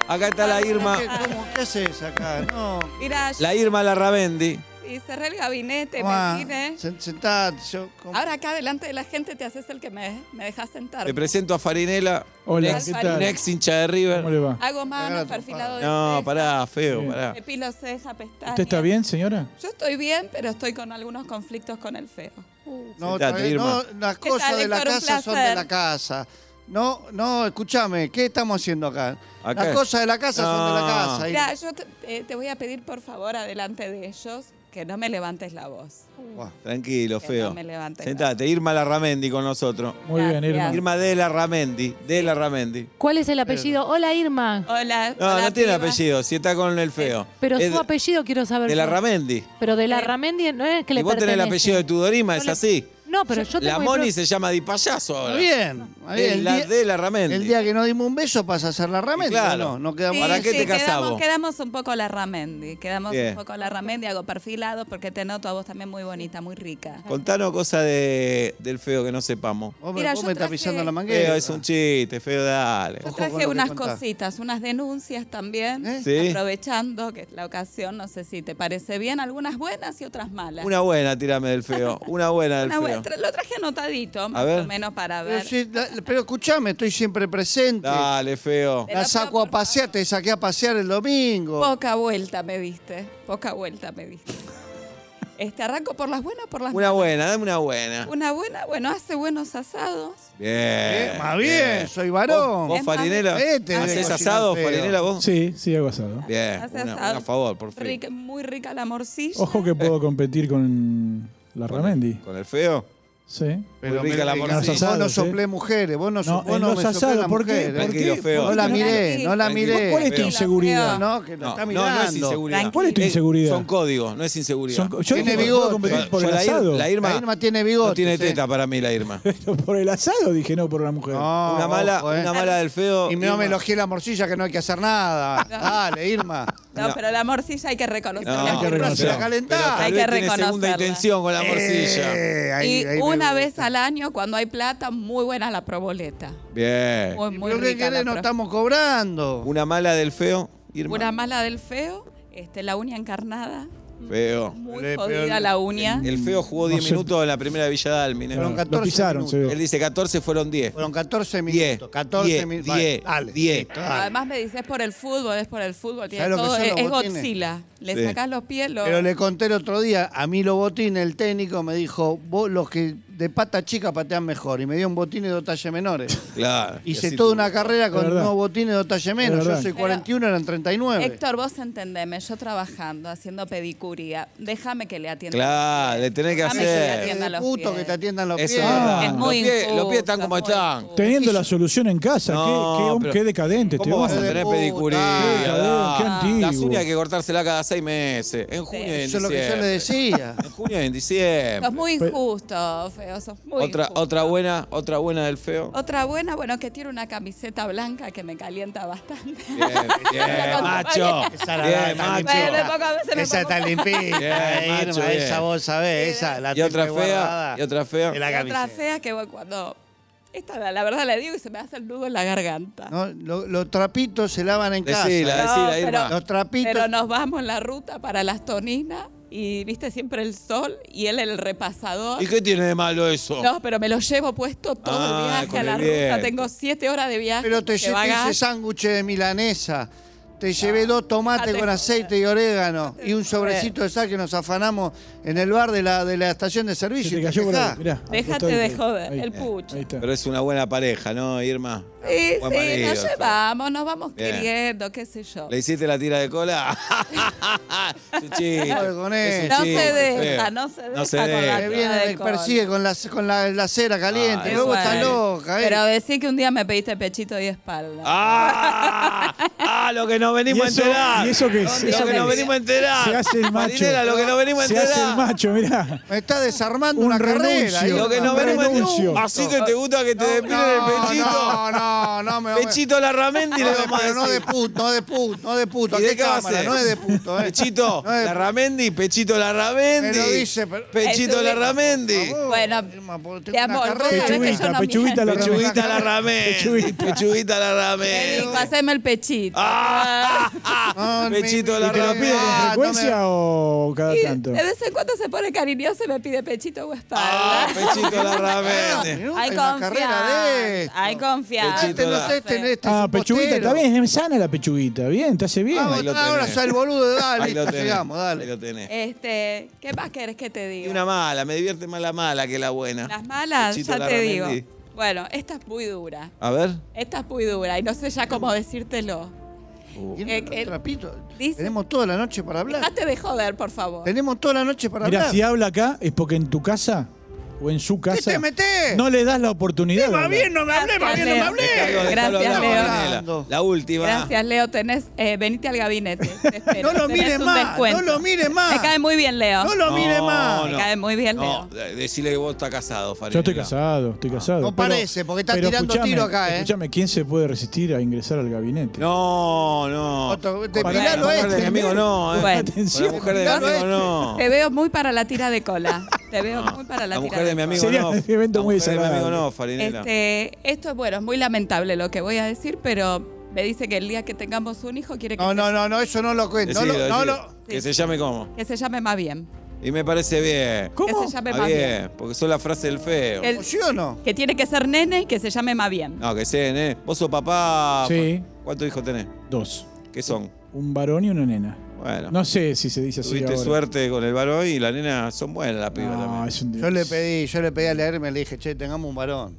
Speaker 3: Acá está la Irma.
Speaker 5: ¿Qué, cómo, ¿Qué haces acá? No.
Speaker 10: Mira,
Speaker 3: La Irma Larrabendi.
Speaker 10: y cerré el gabinete,
Speaker 5: Tomá,
Speaker 10: me vine.
Speaker 5: sen- Sentate, yo. como-
Speaker 10: ¿eh? Ahora acá delante de la gente te haces el que me, me dejas sentar.
Speaker 3: Te presento a Farinela.
Speaker 6: Hola,
Speaker 3: un ex,
Speaker 6: ¿qué
Speaker 3: un
Speaker 6: tal?
Speaker 3: ex hincha de
Speaker 6: ¿Cómo
Speaker 3: River.
Speaker 6: le va?
Speaker 10: Hago manos,
Speaker 5: Cagala,
Speaker 10: perfilado de
Speaker 3: No,
Speaker 10: ceja,
Speaker 3: pará, feo, pará.
Speaker 10: Me pilo ceja, pestañas.
Speaker 6: ¿Usted está bien, señora?
Speaker 10: ah, Yo estoy bien, pero estoy con algunos conflictos con el feo.
Speaker 5: No,
Speaker 3: Sentate,
Speaker 5: otra vez,
Speaker 3: Irma.
Speaker 5: no, las
Speaker 10: ¿Qué
Speaker 5: cosas
Speaker 10: tal,
Speaker 5: de la
Speaker 10: Héctor? Un
Speaker 5: casa son de
Speaker 10: placer.
Speaker 5: la casa. No, no, escúchame, ¿qué estamos haciendo acá?
Speaker 3: Acá. Ah.
Speaker 5: Las cosas de la casa son de la
Speaker 3: No.
Speaker 5: casa.
Speaker 10: Mira,
Speaker 5: Irma.
Speaker 10: yo te, eh, te voy a pedir por favor adelante de ellos que no me levantes la voz.
Speaker 5: Buah.
Speaker 3: Tranquilo,
Speaker 10: Que
Speaker 3: feo.
Speaker 10: no me levantes la
Speaker 3: Sentate, Irma Larramendi con nosotros.
Speaker 6: Muy
Speaker 10: Gracias.
Speaker 6: bien, Irma.
Speaker 3: Irma de Larramendi. De Larramendi.
Speaker 4: ¿Cuál es el apellido? Hola Irma,
Speaker 10: Hola.
Speaker 3: No,
Speaker 10: hola,
Speaker 3: no tiene
Speaker 10: piba.
Speaker 3: apellido, si está con el feo.
Speaker 4: Eh, pero
Speaker 3: Es
Speaker 4: su apellido quiero saber.
Speaker 3: De Larramendi.
Speaker 4: Pero de la Ramendi no es que le
Speaker 3: Y vos tenés el
Speaker 4: pertenece.
Speaker 3: apellido de tu dorima,
Speaker 4: No
Speaker 3: es
Speaker 4: le-
Speaker 3: así.
Speaker 4: No, pero yo tengo
Speaker 3: La
Speaker 4: mi
Speaker 3: Moni
Speaker 4: pro-
Speaker 3: se llama Di Payaso ahora.
Speaker 5: Está bien. está bien.
Speaker 3: Es
Speaker 5: El,
Speaker 3: la
Speaker 5: día,
Speaker 3: de Larramendi.
Speaker 5: el día que no dimos un beso pasa a ser la ramenta.
Speaker 3: claro.
Speaker 5: No, no
Speaker 10: Sí,
Speaker 5: quedamos.
Speaker 3: ¿Para qué
Speaker 10: sí,
Speaker 3: te casás
Speaker 10: quedamos,
Speaker 3: vos?
Speaker 10: quedamos un poco la Ramendi, quedamos
Speaker 3: Bien.
Speaker 10: un poco la Ramendi, hago perfilado porque te noto a vos también muy bonita, muy rica.
Speaker 3: Contanos cosas de, del feo que no sepamos.
Speaker 5: Vos, me-
Speaker 10: Mira,
Speaker 5: vos
Speaker 10: yo
Speaker 5: me estás
Speaker 10: traje-
Speaker 5: pisando la manguera.
Speaker 3: Feo, Eh, es un chiste, feo, dale.
Speaker 10: Yo
Speaker 5: Ojo con lo
Speaker 10: traje
Speaker 5: que
Speaker 10: unas
Speaker 5: contás.
Speaker 10: cositas, unas denuncias también,
Speaker 5: ¿Eh?
Speaker 3: Sí.
Speaker 10: aprovechando que es la ocasión, no sé si te parece bien, algunas buenas y otras malas.
Speaker 3: Una buena, tirame del feo. Una buena del
Speaker 10: Una buena-
Speaker 3: feo.
Speaker 10: tra- lo traje anotadito, más
Speaker 3: ver.
Speaker 10: o menos para
Speaker 5: Pero,
Speaker 10: ver.
Speaker 5: sí, la- pero escuchame, estoy siempre presente.
Speaker 3: Dale, feo.
Speaker 5: La
Speaker 10: Pero,
Speaker 5: saco
Speaker 10: pero,
Speaker 5: a
Speaker 10: por
Speaker 5: pasear, te saqué a pasear el domingo.
Speaker 10: Poca vuelta me viste, poca vuelta me viste. Este, arranco por las buenas, por las
Speaker 3: Una
Speaker 10: malas.
Speaker 3: buena, dame una buena.
Speaker 10: Una buena, bueno, hace buenos asados.
Speaker 3: Bien.
Speaker 5: Eh, más bien, soy varón.
Speaker 3: ¿Vos,
Speaker 10: Es más,
Speaker 3: Farinela?
Speaker 5: eh, te
Speaker 3: ¿Hacés
Speaker 5: cocina
Speaker 3: asado,
Speaker 5: feo.
Speaker 3: Farinela, vos?
Speaker 6: Sí, sí, hago asado.
Speaker 3: Bien.
Speaker 10: Hace
Speaker 3: Una,
Speaker 10: asado.
Speaker 3: una a favor, por fin.
Speaker 10: Rica- muy rica la morcilla.
Speaker 6: Ojo que puedo competir con la Ramendi.
Speaker 3: ¿Con el feo?
Speaker 6: Sí.
Speaker 5: Pero
Speaker 3: Muy rica la
Speaker 5: me-
Speaker 3: morcilla.
Speaker 5: vos no
Speaker 6: Asados,
Speaker 5: soplé
Speaker 6: eh.
Speaker 5: mujeres, vos no,
Speaker 6: No,
Speaker 5: so- vos
Speaker 6: en
Speaker 5: no me
Speaker 6: los
Speaker 5: soplés ¿eh?
Speaker 6: asados,
Speaker 5: las
Speaker 6: ¿por qué?
Speaker 5: mujeres.
Speaker 6: ¿Por
Speaker 3: Tranquilo,
Speaker 6: qué?
Speaker 3: eh, feo.
Speaker 6: ¿Por
Speaker 5: No
Speaker 6: qué
Speaker 5: la
Speaker 10: no la
Speaker 5: miré,
Speaker 10: vi?
Speaker 5: no la
Speaker 3: Tranquilo.
Speaker 5: miré.
Speaker 6: ¿Cuál es tu
Speaker 3: Feo.
Speaker 6: inseguridad?
Speaker 5: No, que la está mirando.
Speaker 3: no, no es inseguridad.
Speaker 6: ¿Cuál es tu
Speaker 3: Eh,
Speaker 6: inseguridad?
Speaker 3: son códigos, no es inseguridad.
Speaker 6: Son- yo
Speaker 5: Tiene
Speaker 6: dije,
Speaker 5: bigote.
Speaker 6: ¿puedo competir por
Speaker 3: Yo
Speaker 6: el
Speaker 3: la, Ir-
Speaker 6: asado?
Speaker 3: la Irma,
Speaker 5: La Irma tiene bigote,
Speaker 3: No tiene
Speaker 5: sí.
Speaker 3: teta para mí la Irma.
Speaker 6: Pero por el asado dije, no por una mujer.
Speaker 5: No,
Speaker 3: una mala,
Speaker 5: ojo, eh.
Speaker 3: una mala del feo.
Speaker 5: Y no
Speaker 3: Irma.
Speaker 5: me elogié la morcilla que no hay que hacer nada. Dale, Irma.
Speaker 10: No,
Speaker 3: No.
Speaker 10: pero la morcilla hay que reconocerla.
Speaker 3: No,
Speaker 5: Hay que reconocerla.
Speaker 3: pero-
Speaker 5: Calentá.
Speaker 3: pero tal
Speaker 10: Hay
Speaker 3: vez
Speaker 10: que
Speaker 3: tiene segunda
Speaker 10: reconocerla.
Speaker 3: intención con la morcilla.
Speaker 5: Eh, ahí-
Speaker 10: Y
Speaker 5: ahí me
Speaker 10: una
Speaker 5: gusta.
Speaker 10: vez al año, cuando hay plata, muy buena la proboleta.
Speaker 3: Bien.
Speaker 10: Muy, muy
Speaker 5: ¿Pero qué
Speaker 10: rica la
Speaker 5: querés? No
Speaker 10: pro-
Speaker 5: estamos cobrando.
Speaker 3: Una mala del feo. Irma.
Speaker 10: Una mala del feo, este, la uña encarnada,
Speaker 3: Feo.
Speaker 10: muy
Speaker 5: Pero-
Speaker 10: jodida
Speaker 5: pero-
Speaker 10: la uña.
Speaker 3: El feo jugó
Speaker 6: No
Speaker 3: 10
Speaker 6: sé.
Speaker 3: minutos en la primera de Villa Dálmine.
Speaker 5: Fueron
Speaker 6: Lo
Speaker 5: 14
Speaker 6: pisaron,
Speaker 5: minutos.
Speaker 6: se vio.
Speaker 3: Él dice 14, fueron 10.
Speaker 5: Fueron 14 minutos.
Speaker 3: Diez,
Speaker 5: 14
Speaker 3: diez,
Speaker 5: minutos.
Speaker 3: diez,
Speaker 5: dale.
Speaker 3: diez.
Speaker 5: listo, dale.
Speaker 10: Además me dices por el fútbol, es por el fútbol, tiene
Speaker 5: ¿Sabes lo que
Speaker 10: todo,
Speaker 5: son
Speaker 10: es,
Speaker 5: los
Speaker 10: es
Speaker 5: botines?
Speaker 10: Godzilla. Le
Speaker 3: Sí.
Speaker 10: sacás los pies, lo-
Speaker 5: Pero le conté el otro día, a mí los botines, el técnico me dijo, vos los que de pata chica patean mejor. Y me dio un botín de dos talles menores.
Speaker 3: Claro.
Speaker 5: Hice
Speaker 3: así
Speaker 5: toda
Speaker 3: tuvo.
Speaker 5: una carrera con
Speaker 6: Es verdad.
Speaker 5: unos botines de dos talles menos. Yo
Speaker 6: verdad.
Speaker 5: soy 41, eran 39.
Speaker 10: Héctor, vos entendeme, yo trabajando, haciendo pedicuría, déjame que le atienda.
Speaker 3: Claro, le tenés que
Speaker 10: Déjame que le
Speaker 3: hacer.
Speaker 10: atienda
Speaker 5: Eh,
Speaker 10: los
Speaker 5: puto
Speaker 10: pies.
Speaker 5: que te atiendan los
Speaker 3: Eso
Speaker 5: pies. Ah,
Speaker 3: es verdad.
Speaker 10: Es muy
Speaker 3: los, pies, los pies están
Speaker 10: injusto,
Speaker 3: como
Speaker 10: es muy
Speaker 3: están.
Speaker 10: injusto.
Speaker 6: Teniendo la solución en casa,
Speaker 3: No,
Speaker 6: qué- qué, hom-
Speaker 3: pero-
Speaker 6: qué decadente este
Speaker 3: ¿Cómo vas a
Speaker 6: hombre.
Speaker 3: tener
Speaker 5: Hijo de
Speaker 3: pedicuría?
Speaker 5: puta.
Speaker 3: Ah,
Speaker 6: Qué cabrón, qué
Speaker 3: Las
Speaker 6: antiguo.
Speaker 3: uñas hay que cortársela cada seis meses. En junio y en
Speaker 5: Eso es lo que yo le
Speaker 3: diciembre.
Speaker 5: decía.
Speaker 3: En junio y en diciembre.
Speaker 10: Es muy injusto, feo. feo, sos muy
Speaker 3: Otra,
Speaker 10: injusto.
Speaker 3: otra buena, otra buena del feo.
Speaker 10: Otra buena, bueno, que tiene una camiseta blanca que me calienta bastante.
Speaker 3: Bien, bien, macho.
Speaker 5: Esa la
Speaker 3: Bien,
Speaker 5: data,
Speaker 3: macho.
Speaker 10: Me- me pongo- se me
Speaker 5: Esa
Speaker 10: pongo-
Speaker 5: está limpita, Irma,
Speaker 3: macho, bien.
Speaker 5: esa vos sabés, esa la
Speaker 3: Y otra
Speaker 5: tengo
Speaker 3: fea,
Speaker 5: guardada
Speaker 3: y otra fea.
Speaker 5: en la
Speaker 10: Y otra
Speaker 5: camiseta.
Speaker 10: fea que bueno, cuando. Esta la, la verdad la digo y se me hace el nudo en la garganta.
Speaker 5: No, lo- los trapitos se lavan en casa.
Speaker 3: Decila,
Speaker 10: No,
Speaker 3: decila,
Speaker 10: pero-
Speaker 3: Irma.
Speaker 5: Los trapitos.
Speaker 10: Pero nos vamos en la ruta para las toninas y viste siempre el sol y él el repasador.
Speaker 3: ¿Y qué tiene de malo eso?
Speaker 10: No, pero me lo llevo puesto todo
Speaker 3: Ah,
Speaker 10: el viaje
Speaker 3: con
Speaker 10: a la
Speaker 3: el
Speaker 10: ruta.
Speaker 3: viento.
Speaker 10: Tengo siete horas de viaje.
Speaker 5: Pero te
Speaker 10: ¿eh? que
Speaker 5: llevé
Speaker 10: vagás.
Speaker 5: ese sándwich de milanesa. Te llevé dos tomates
Speaker 10: Ah. te
Speaker 5: con
Speaker 10: joder.
Speaker 5: aceite y orégano
Speaker 10: te
Speaker 5: y un
Speaker 10: joder.
Speaker 5: sobrecito de sal que nos afanamos en el bar de la, de la estación de
Speaker 6: Se
Speaker 5: servicio.
Speaker 6: te
Speaker 5: y
Speaker 6: cayó por
Speaker 5: fijás.
Speaker 6: ahí, mirá, al
Speaker 10: Déjate
Speaker 6: costado
Speaker 10: de
Speaker 6: del-
Speaker 10: joder,
Speaker 6: ahí.
Speaker 10: el pucho.
Speaker 6: Ahí está.
Speaker 3: Pero es una buena pareja, ¿no, Irma?
Speaker 10: Sí, sí,
Speaker 3: Buen marido,
Speaker 10: nos
Speaker 3: el feo.
Speaker 10: llevamos, nos vamos
Speaker 3: Bien.
Speaker 10: queriendo, qué sé yo.
Speaker 3: ¿Le hiciste la tira de cola? Es un chiste.
Speaker 5: Joder, con
Speaker 3: Es un
Speaker 5: eso.
Speaker 10: No
Speaker 3: chiste,
Speaker 10: se
Speaker 3: feo.
Speaker 10: deja, no se deja.
Speaker 3: No se
Speaker 10: con la
Speaker 3: deja.
Speaker 5: Me
Speaker 10: tira
Speaker 5: viene,
Speaker 10: de
Speaker 5: me
Speaker 10: cola.
Speaker 5: persigue con la, con la, la cera caliente.
Speaker 3: Ah,
Speaker 5: Luego
Speaker 3: eso
Speaker 5: está
Speaker 3: es.
Speaker 5: loca. eh.
Speaker 10: Pero decir que un día me pediste pechito y espalda.
Speaker 3: ¡Ah! ¡Ah! Lo que nos
Speaker 6: ¿Y
Speaker 3: venimos a
Speaker 6: eso,
Speaker 3: enterar.
Speaker 6: ¿Y eso qué es?
Speaker 3: Lo
Speaker 6: Eso
Speaker 3: que
Speaker 6: qué
Speaker 3: nos
Speaker 6: es.
Speaker 3: venimos a enterar.
Speaker 6: Se hace el macho.
Speaker 3: Marinela, lo que nos venimos a
Speaker 6: Se
Speaker 3: enterar.
Speaker 6: hace el macho, mirá.
Speaker 5: Me está desarmando
Speaker 6: Un
Speaker 5: una
Speaker 6: renuncio.
Speaker 5: carrera. ahí.
Speaker 3: Lo que nos venimos a enterar. Uh,
Speaker 6: Renuncio.
Speaker 3: Así que te gusta que te depilen el
Speaker 5: No,
Speaker 3: pechito.
Speaker 5: no, no, no me
Speaker 3: Pechito Larramendi
Speaker 5: No
Speaker 3: le
Speaker 5: de,
Speaker 3: vamos a
Speaker 5: pero
Speaker 3: decir.
Speaker 5: no de puto, no de puto, no de puto.
Speaker 3: ¿Y
Speaker 5: Aquí
Speaker 3: de qué va a
Speaker 5: cámara,
Speaker 3: ser?
Speaker 5: no es de puto, eh.
Speaker 3: Pechito
Speaker 5: No es de-
Speaker 3: Larramendi, Pechito Larramendi.
Speaker 5: Pero dice, pero-
Speaker 3: Pechito
Speaker 10: Estuve-
Speaker 3: Larramendi.
Speaker 5: Por favor,
Speaker 10: Bueno,
Speaker 5: Ah, Irma, por- tengo
Speaker 10: mi
Speaker 5: una
Speaker 10: amor, vos
Speaker 5: carrera.
Speaker 10: sabés que yo
Speaker 6: Pechuguita,
Speaker 10: no
Speaker 6: pechuguita la
Speaker 3: Pechuguita
Speaker 6: remera.
Speaker 3: Larramendi.
Speaker 6: Pechuguita.
Speaker 3: Pechuguita
Speaker 10: Me
Speaker 3: Larramendi.
Speaker 10: dijo, haceme el pechito.
Speaker 3: Ah, ah, ah.
Speaker 5: No,
Speaker 3: Pechito
Speaker 5: mi-
Speaker 6: ¿Y te lo pide con
Speaker 5: Ah,
Speaker 3: Larramendi.
Speaker 5: no me-
Speaker 6: frecuencia o cada
Speaker 10: Y
Speaker 6: tanto?
Speaker 10: de vez en cuando se pone cariñoso y me pide pechito o espalda.
Speaker 3: Ah, Pechito Larramendi.
Speaker 5: Minuto,
Speaker 10: hay
Speaker 5: Ah, hay una carrera de esto.
Speaker 10: confianza. Hay confianza.
Speaker 3: Pechito
Speaker 5: Este no sé,
Speaker 10: Fe.
Speaker 5: este, este es
Speaker 6: Ah,
Speaker 5: un
Speaker 6: pechuguita,
Speaker 5: postero.
Speaker 6: está bien, es sana la pechuguita, bien, te hace bien.
Speaker 5: Ah,
Speaker 3: Ahí lo
Speaker 5: ahora
Speaker 3: tenés.
Speaker 5: soy el boludo, dale,
Speaker 3: Ahí lo
Speaker 5: listo,
Speaker 3: tenés.
Speaker 5: llegamos,
Speaker 3: Ahí lo
Speaker 5: dale.
Speaker 3: tenés.
Speaker 10: Este, ¿qué más querés que te
Speaker 3: Y
Speaker 10: diga?
Speaker 3: una mala, me divierte más la mala que la buena.
Speaker 10: Las malas,
Speaker 3: Pechito
Speaker 10: ya te digo.
Speaker 3: Larramendi.
Speaker 10: Bueno, esta es muy dura.
Speaker 3: A ver.
Speaker 10: Esta es muy dura y no sé ya cómo decírtelo.
Speaker 5: Tiene
Speaker 10: Eh, que-
Speaker 5: un trapito.
Speaker 10: dice-
Speaker 5: Tenemos toda la noche para hablar.
Speaker 10: Dejate de joder, por favor.
Speaker 5: Tenemos toda la noche para
Speaker 6: Mira,
Speaker 5: hablar.
Speaker 6: si habla acá es porque en tu casa o en su casa
Speaker 5: te metés?
Speaker 6: no le das la oportunidad. de
Speaker 5: Más
Speaker 6: hablar.
Speaker 5: bien no me hablé, más bien no me
Speaker 3: Dejalo,
Speaker 5: hablé.
Speaker 3: dejalo
Speaker 10: Eh, Gracias,
Speaker 3: hablar,
Speaker 10: Leo.
Speaker 3: Mariela. La última.
Speaker 10: Gracias, Leo. Tenés, eh, venite al gabinete. Te espero.
Speaker 5: No lo
Speaker 10: Tenés
Speaker 5: mires
Speaker 10: un
Speaker 5: más,
Speaker 10: descuento.
Speaker 5: no lo mires
Speaker 10: Me cae
Speaker 5: más.
Speaker 10: muy bien, Leo.
Speaker 5: No lo mires más.
Speaker 10: Me cae muy bien,
Speaker 3: No,
Speaker 10: Leo.
Speaker 3: eh, decile que vos estás casado, Farinela.
Speaker 6: Yo estoy casado, estoy casado.
Speaker 5: No parece, porque está tirando
Speaker 6: escuchame,
Speaker 5: tiro acá, ¿eh?
Speaker 6: Escúchame, ¿quién se puede resistir a ingresar al gabinete?
Speaker 3: No, no.
Speaker 5: Otto,
Speaker 3: Con
Speaker 5: depilalo
Speaker 3: la mujer
Speaker 5: este.
Speaker 3: del enemigo no, eh.
Speaker 10: Bueno.
Speaker 3: Con la mujer de mi
Speaker 5: Depilalo
Speaker 3: amigo
Speaker 5: este.
Speaker 3: no.
Speaker 10: Te veo muy para la tira de cola. Te veo muy para la,
Speaker 3: La
Speaker 10: tira
Speaker 3: mujer de mi amigo
Speaker 6: Sería
Speaker 3: no.
Speaker 6: un evento
Speaker 3: La
Speaker 6: muy
Speaker 3: mujer de mi amigo
Speaker 6: desagradable.
Speaker 3: no, Farinela.
Speaker 10: Este, esto es bueno, es muy lamentable lo que voy a decir, pero me dice que el día que tengamos un hijo quiere que,
Speaker 5: No,
Speaker 10: se,
Speaker 5: no, no, no, eso no lo cuento.
Speaker 3: Decilo,
Speaker 5: no lo, no
Speaker 3: decilo.
Speaker 5: lo-
Speaker 3: Que se llame como.
Speaker 10: que se llame más bien.
Speaker 3: Y me parece bien.
Speaker 10: ¿Cómo? Que se llame
Speaker 3: Está
Speaker 10: más bien.
Speaker 3: bien, porque son las frases del feo.
Speaker 10: El-
Speaker 5: ¿Sí o no?
Speaker 10: Que tiene que ser nene y que se llame más bien.
Speaker 3: No, que sean, ¿eh? Vos sos papá.
Speaker 6: Sí.
Speaker 3: ¿Cuántos hijos tenés?
Speaker 6: Dos.
Speaker 3: ¿Qué son?
Speaker 6: Un varón y una nena.
Speaker 3: Bueno.
Speaker 6: No sé si se dice así
Speaker 3: Tuviste
Speaker 6: ahora.
Speaker 3: suerte con el varón y la nena son buenas las pibas
Speaker 6: No,
Speaker 3: también.
Speaker 6: es un
Speaker 5: Yo le pedí, yo le pedí a leerme, le dije, che, tengamos un varón.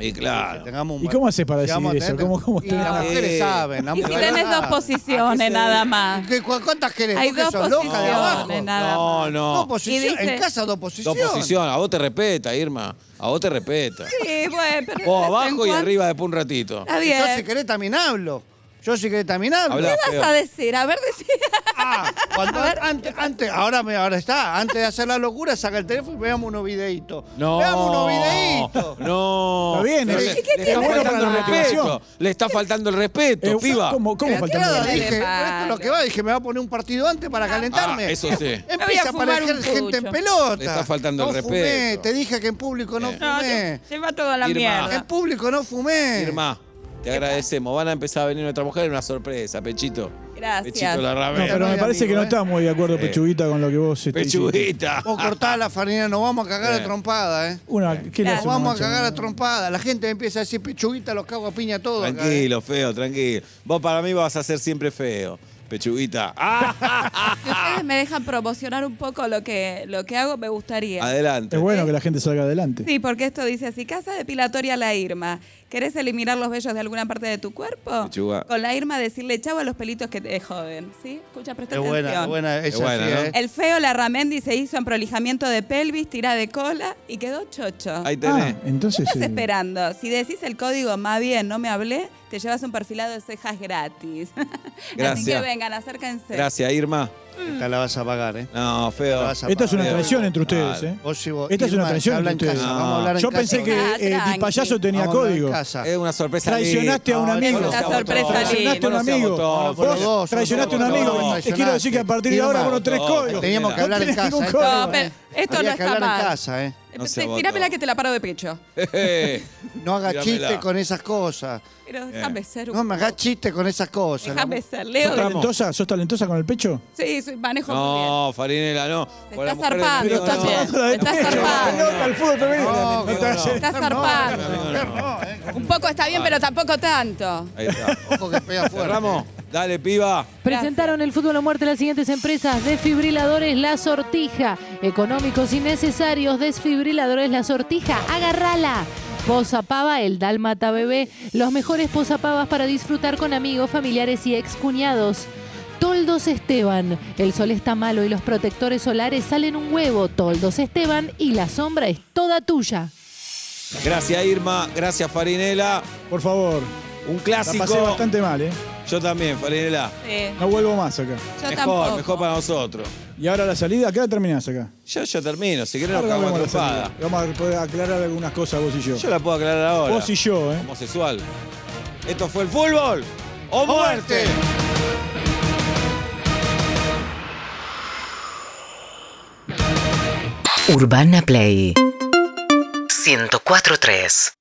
Speaker 3: Y
Speaker 5: Que
Speaker 3: claro.
Speaker 5: tengamos un
Speaker 6: ¿Y
Speaker 5: varón.
Speaker 6: cómo haces para
Speaker 5: Si
Speaker 6: decidir
Speaker 5: vamos a
Speaker 6: eso?
Speaker 5: tener-
Speaker 6: ¿Cómo- cómo
Speaker 5: Y
Speaker 6: te-
Speaker 5: las mujeres
Speaker 3: Eh.
Speaker 5: saben. las
Speaker 10: Y si
Speaker 5: mujeres
Speaker 10: tenés dos
Speaker 5: saben.
Speaker 10: posiciones nada más.
Speaker 5: ¿Qué- cu- ¿Cuántas querés?
Speaker 10: Hay
Speaker 5: ¿Vos que
Speaker 10: dos
Speaker 5: sos loca de abajo?
Speaker 10: posiciones nada
Speaker 3: No,
Speaker 5: Dos
Speaker 10: más.
Speaker 3: no.
Speaker 5: posiciones.
Speaker 10: Y dice-
Speaker 5: en casa dos posiciones.
Speaker 3: Dos posiciones. A vos te respeta, Irma. A vos te respeta.
Speaker 10: Sí, bueno, pero de
Speaker 3: Vos
Speaker 10: vez en
Speaker 3: abajo y
Speaker 10: cuando-
Speaker 3: arriba después un ratito.
Speaker 10: Está
Speaker 5: Yo si
Speaker 10: bien.
Speaker 5: querés también hablo. Yo si querés también hablo.
Speaker 3: Habla.
Speaker 10: ¿Qué vas a decir? A ver, decí.
Speaker 5: Ah, cuando antes, antes, ahora, me- ahora está, antes de hacer la locura, saca el teléfono y veamos unos videitos.
Speaker 3: No.
Speaker 5: Veamos unos videitos.
Speaker 3: No.
Speaker 6: Está bien,
Speaker 3: No,
Speaker 6: es-
Speaker 3: le,
Speaker 6: ¿Y qué
Speaker 3: le
Speaker 6: tiene
Speaker 3: está
Speaker 6: que ver
Speaker 3: faltando
Speaker 6: con
Speaker 3: el
Speaker 6: la
Speaker 3: respeto.
Speaker 6: relación?
Speaker 3: Le está faltando el
Speaker 6: Eh,
Speaker 3: respeto, piba.
Speaker 6: ¿Cómo, cómo
Speaker 5: En
Speaker 6: faltando
Speaker 5: entrada
Speaker 6: el respeto?
Speaker 5: dije, pero esto es lo que va, dije, me va a poner un partido antes para calentarme.
Speaker 3: Ah, eso sí.
Speaker 10: Me voy a
Speaker 5: Empieza a
Speaker 10: fumar
Speaker 5: aparecer
Speaker 10: un
Speaker 5: gente en
Speaker 10: pucho.
Speaker 5: pelota.
Speaker 3: Le está faltando el
Speaker 5: No fumé,
Speaker 3: respeto. Eh.
Speaker 5: Te dije que en público no
Speaker 3: Bien.
Speaker 10: No,
Speaker 5: fumé.
Speaker 10: lle- lleva toda la
Speaker 3: Irma.
Speaker 5: En
Speaker 10: mierda.
Speaker 5: público no fumé.
Speaker 3: Irma, te agradecemos. Van a empezar a venir nuestras mujeres una sorpresa, Pechito.
Speaker 10: Gracias.
Speaker 3: Pechito la
Speaker 6: No,
Speaker 3: rabia.
Speaker 6: pero
Speaker 5: Muy
Speaker 6: me parece
Speaker 5: amigo,
Speaker 6: que no
Speaker 5: eh.
Speaker 6: está muy de acuerdo
Speaker 3: Sí.
Speaker 6: Pechuguita con lo que vos este, hiciste.
Speaker 3: Pechudita.
Speaker 5: Vos cortá la farina, nos vamos a cagar
Speaker 3: Bien.
Speaker 5: a trompada, ¿eh?
Speaker 6: Una, ¿qué le
Speaker 10: Nos
Speaker 5: Nos
Speaker 6: hace una
Speaker 5: vamos a
Speaker 6: mancha?
Speaker 5: cagar a trompada. La gente empieza a decir pechuguita, los cago a piña todo. acá, ¿eh?
Speaker 3: Tranquilo, feo, tranquilo. Vos para mí vas a ser siempre feo. Pechuguita. ¡Ah!
Speaker 10: Si ustedes me dejan promocionar un poco lo que, lo que hago, me gustaría.
Speaker 3: Adelante.
Speaker 6: Es bueno que la gente salga adelante.
Speaker 10: Sí, porque esto dice así, casa depilatoria La Irma. ¿Querés eliminar los vellos de alguna parte de tu cuerpo?
Speaker 3: Lechuga.
Speaker 10: Con La Irma decirle chau a los pelitos que te joden, ¿sí? Escucha, presta
Speaker 5: Es
Speaker 10: atención.
Speaker 5: buena, es buena,
Speaker 3: Es
Speaker 5: esa
Speaker 3: buena,
Speaker 5: sí,
Speaker 3: ¿no?
Speaker 5: ¿eh?
Speaker 10: El feo Larramendi se hizo en prolijamiento de pelvis, tira de cola y quedó chocho.
Speaker 3: Ahí
Speaker 6: Ah,
Speaker 3: tenés.
Speaker 10: ¿Qué
Speaker 6: entonces.
Speaker 10: estás
Speaker 6: eh,
Speaker 10: esperando? Si decís el código más bien, no me hablé,
Speaker 3: Ah.
Speaker 10: te llevas un perfilado de cejas gratis. Así que
Speaker 3: Gracias.
Speaker 10: vengan, acérquense.
Speaker 3: Gracias, Irma.
Speaker 5: Esta la vas a pagar, ¿eh?
Speaker 3: No,
Speaker 5: La
Speaker 3: feo.
Speaker 5: vas a
Speaker 6: Esta es una
Speaker 5: pagar.
Speaker 6: traición entre ustedes,
Speaker 3: Claro.
Speaker 6: ¿eh?
Speaker 5: Vos y vos.
Speaker 6: Esta es una
Speaker 5: Irma,
Speaker 6: traición
Speaker 5: habla en
Speaker 6: entre
Speaker 5: casa.
Speaker 6: ustedes.
Speaker 5: Vamos a hablar en
Speaker 6: Yo
Speaker 5: casa.
Speaker 6: pensé que
Speaker 10: Ah,
Speaker 6: eh, mi
Speaker 10: tranqui.
Speaker 6: payaso tenía
Speaker 5: Vamos a hablar en
Speaker 6: código.
Speaker 5: casa.
Speaker 3: Es una sorpresa.
Speaker 6: ¿eh? Traicionaste a un
Speaker 5: No,
Speaker 6: amigo.
Speaker 5: no
Speaker 10: La sorpresa
Speaker 6: Traicionaste a un
Speaker 10: linda.
Speaker 6: amigo.
Speaker 3: No,
Speaker 5: por los
Speaker 6: Vos
Speaker 5: dos,
Speaker 6: traicionaste a un
Speaker 5: no,
Speaker 6: amigo.
Speaker 5: no,
Speaker 6: Te quiero decir que a partir de
Speaker 5: Irma,
Speaker 6: ahora bueno, tres
Speaker 3: no,
Speaker 6: códigos.
Speaker 5: Teníamos que hablar en
Speaker 6: tenés
Speaker 5: casa.
Speaker 6: ningún
Speaker 5: ¿eh?
Speaker 6: código.
Speaker 10: No, pero esto
Speaker 5: Había
Speaker 10: no
Speaker 5: que
Speaker 10: está
Speaker 5: hablar en
Speaker 10: mal.
Speaker 5: casa, ¿eh?
Speaker 3: No se
Speaker 10: Te-
Speaker 3: votó.
Speaker 10: tíramela que te la paro de pecho.
Speaker 5: No hagas chistes con esas cosas.
Speaker 3: ¿Eh?
Speaker 10: Pero déjame ser un
Speaker 5: No me hagas chistes con esas cosas. la
Speaker 10: Déjame
Speaker 5: mu-
Speaker 10: ser,
Speaker 6: ¿Sos
Speaker 10: Leo.
Speaker 6: talentosa? ¿Sos talentosa con el pecho?
Speaker 10: Sí, soy- manejo muy bien.
Speaker 3: No, Farinela, no.
Speaker 10: Te
Speaker 3: Con las
Speaker 10: estás
Speaker 3: mujeres
Speaker 10: zarpando
Speaker 3: del amigo, no.
Speaker 10: también. Te estás zarpando.
Speaker 6: Pelota, el fútbol femenino.
Speaker 5: No,
Speaker 6: No te
Speaker 3: no,
Speaker 6: hagas-
Speaker 10: Estás zarpando.
Speaker 5: No, ¿eh?
Speaker 10: Un poco está bien, pero tampoco tanto.
Speaker 3: Ahí está.
Speaker 5: Ojo que pega fuerte.
Speaker 3: Cerramos. Dale, piba.
Speaker 4: Presentaron el fútbol a muerte las siguientes empresas: desfibriladores La Sortija, económicos y necesarios, desfibriladores La Sortija, agarrala. Posapava, el Dálmata Bebé, los mejores posapavas para disfrutar con amigos, familiares y excuñados. Toldos Esteban, el sol está malo y los protectores solares salen un huevo. Toldos Esteban y la sombra es toda tuya.
Speaker 3: Gracias, Irma. Gracias, Farinela.
Speaker 6: Por favor.
Speaker 3: Un
Speaker 6: La
Speaker 3: clásico.
Speaker 6: pasé bastante mal, ¿eh?
Speaker 3: Yo también, Farinela.
Speaker 10: Sí,
Speaker 6: No vuelvo más acá.
Speaker 10: yo
Speaker 3: mejor,
Speaker 10: tampoco.
Speaker 3: mejor para nosotros.
Speaker 6: Y ahora la salida, ¿a qué hora terminás acá?
Speaker 3: Yo ya termino. Si querés, nos
Speaker 6: Ahora
Speaker 3: cagamos a
Speaker 6: vemos la
Speaker 3: trompada.
Speaker 6: salida. Vamos a poder aclarar algunas cosas vos y yo.
Speaker 3: Yo la puedo aclarar ahora.
Speaker 6: Vos y yo, ¿eh?
Speaker 3: Homosexual. Esto fue el fútbol. ¡O muerte!
Speaker 2: Urbana Play 104.3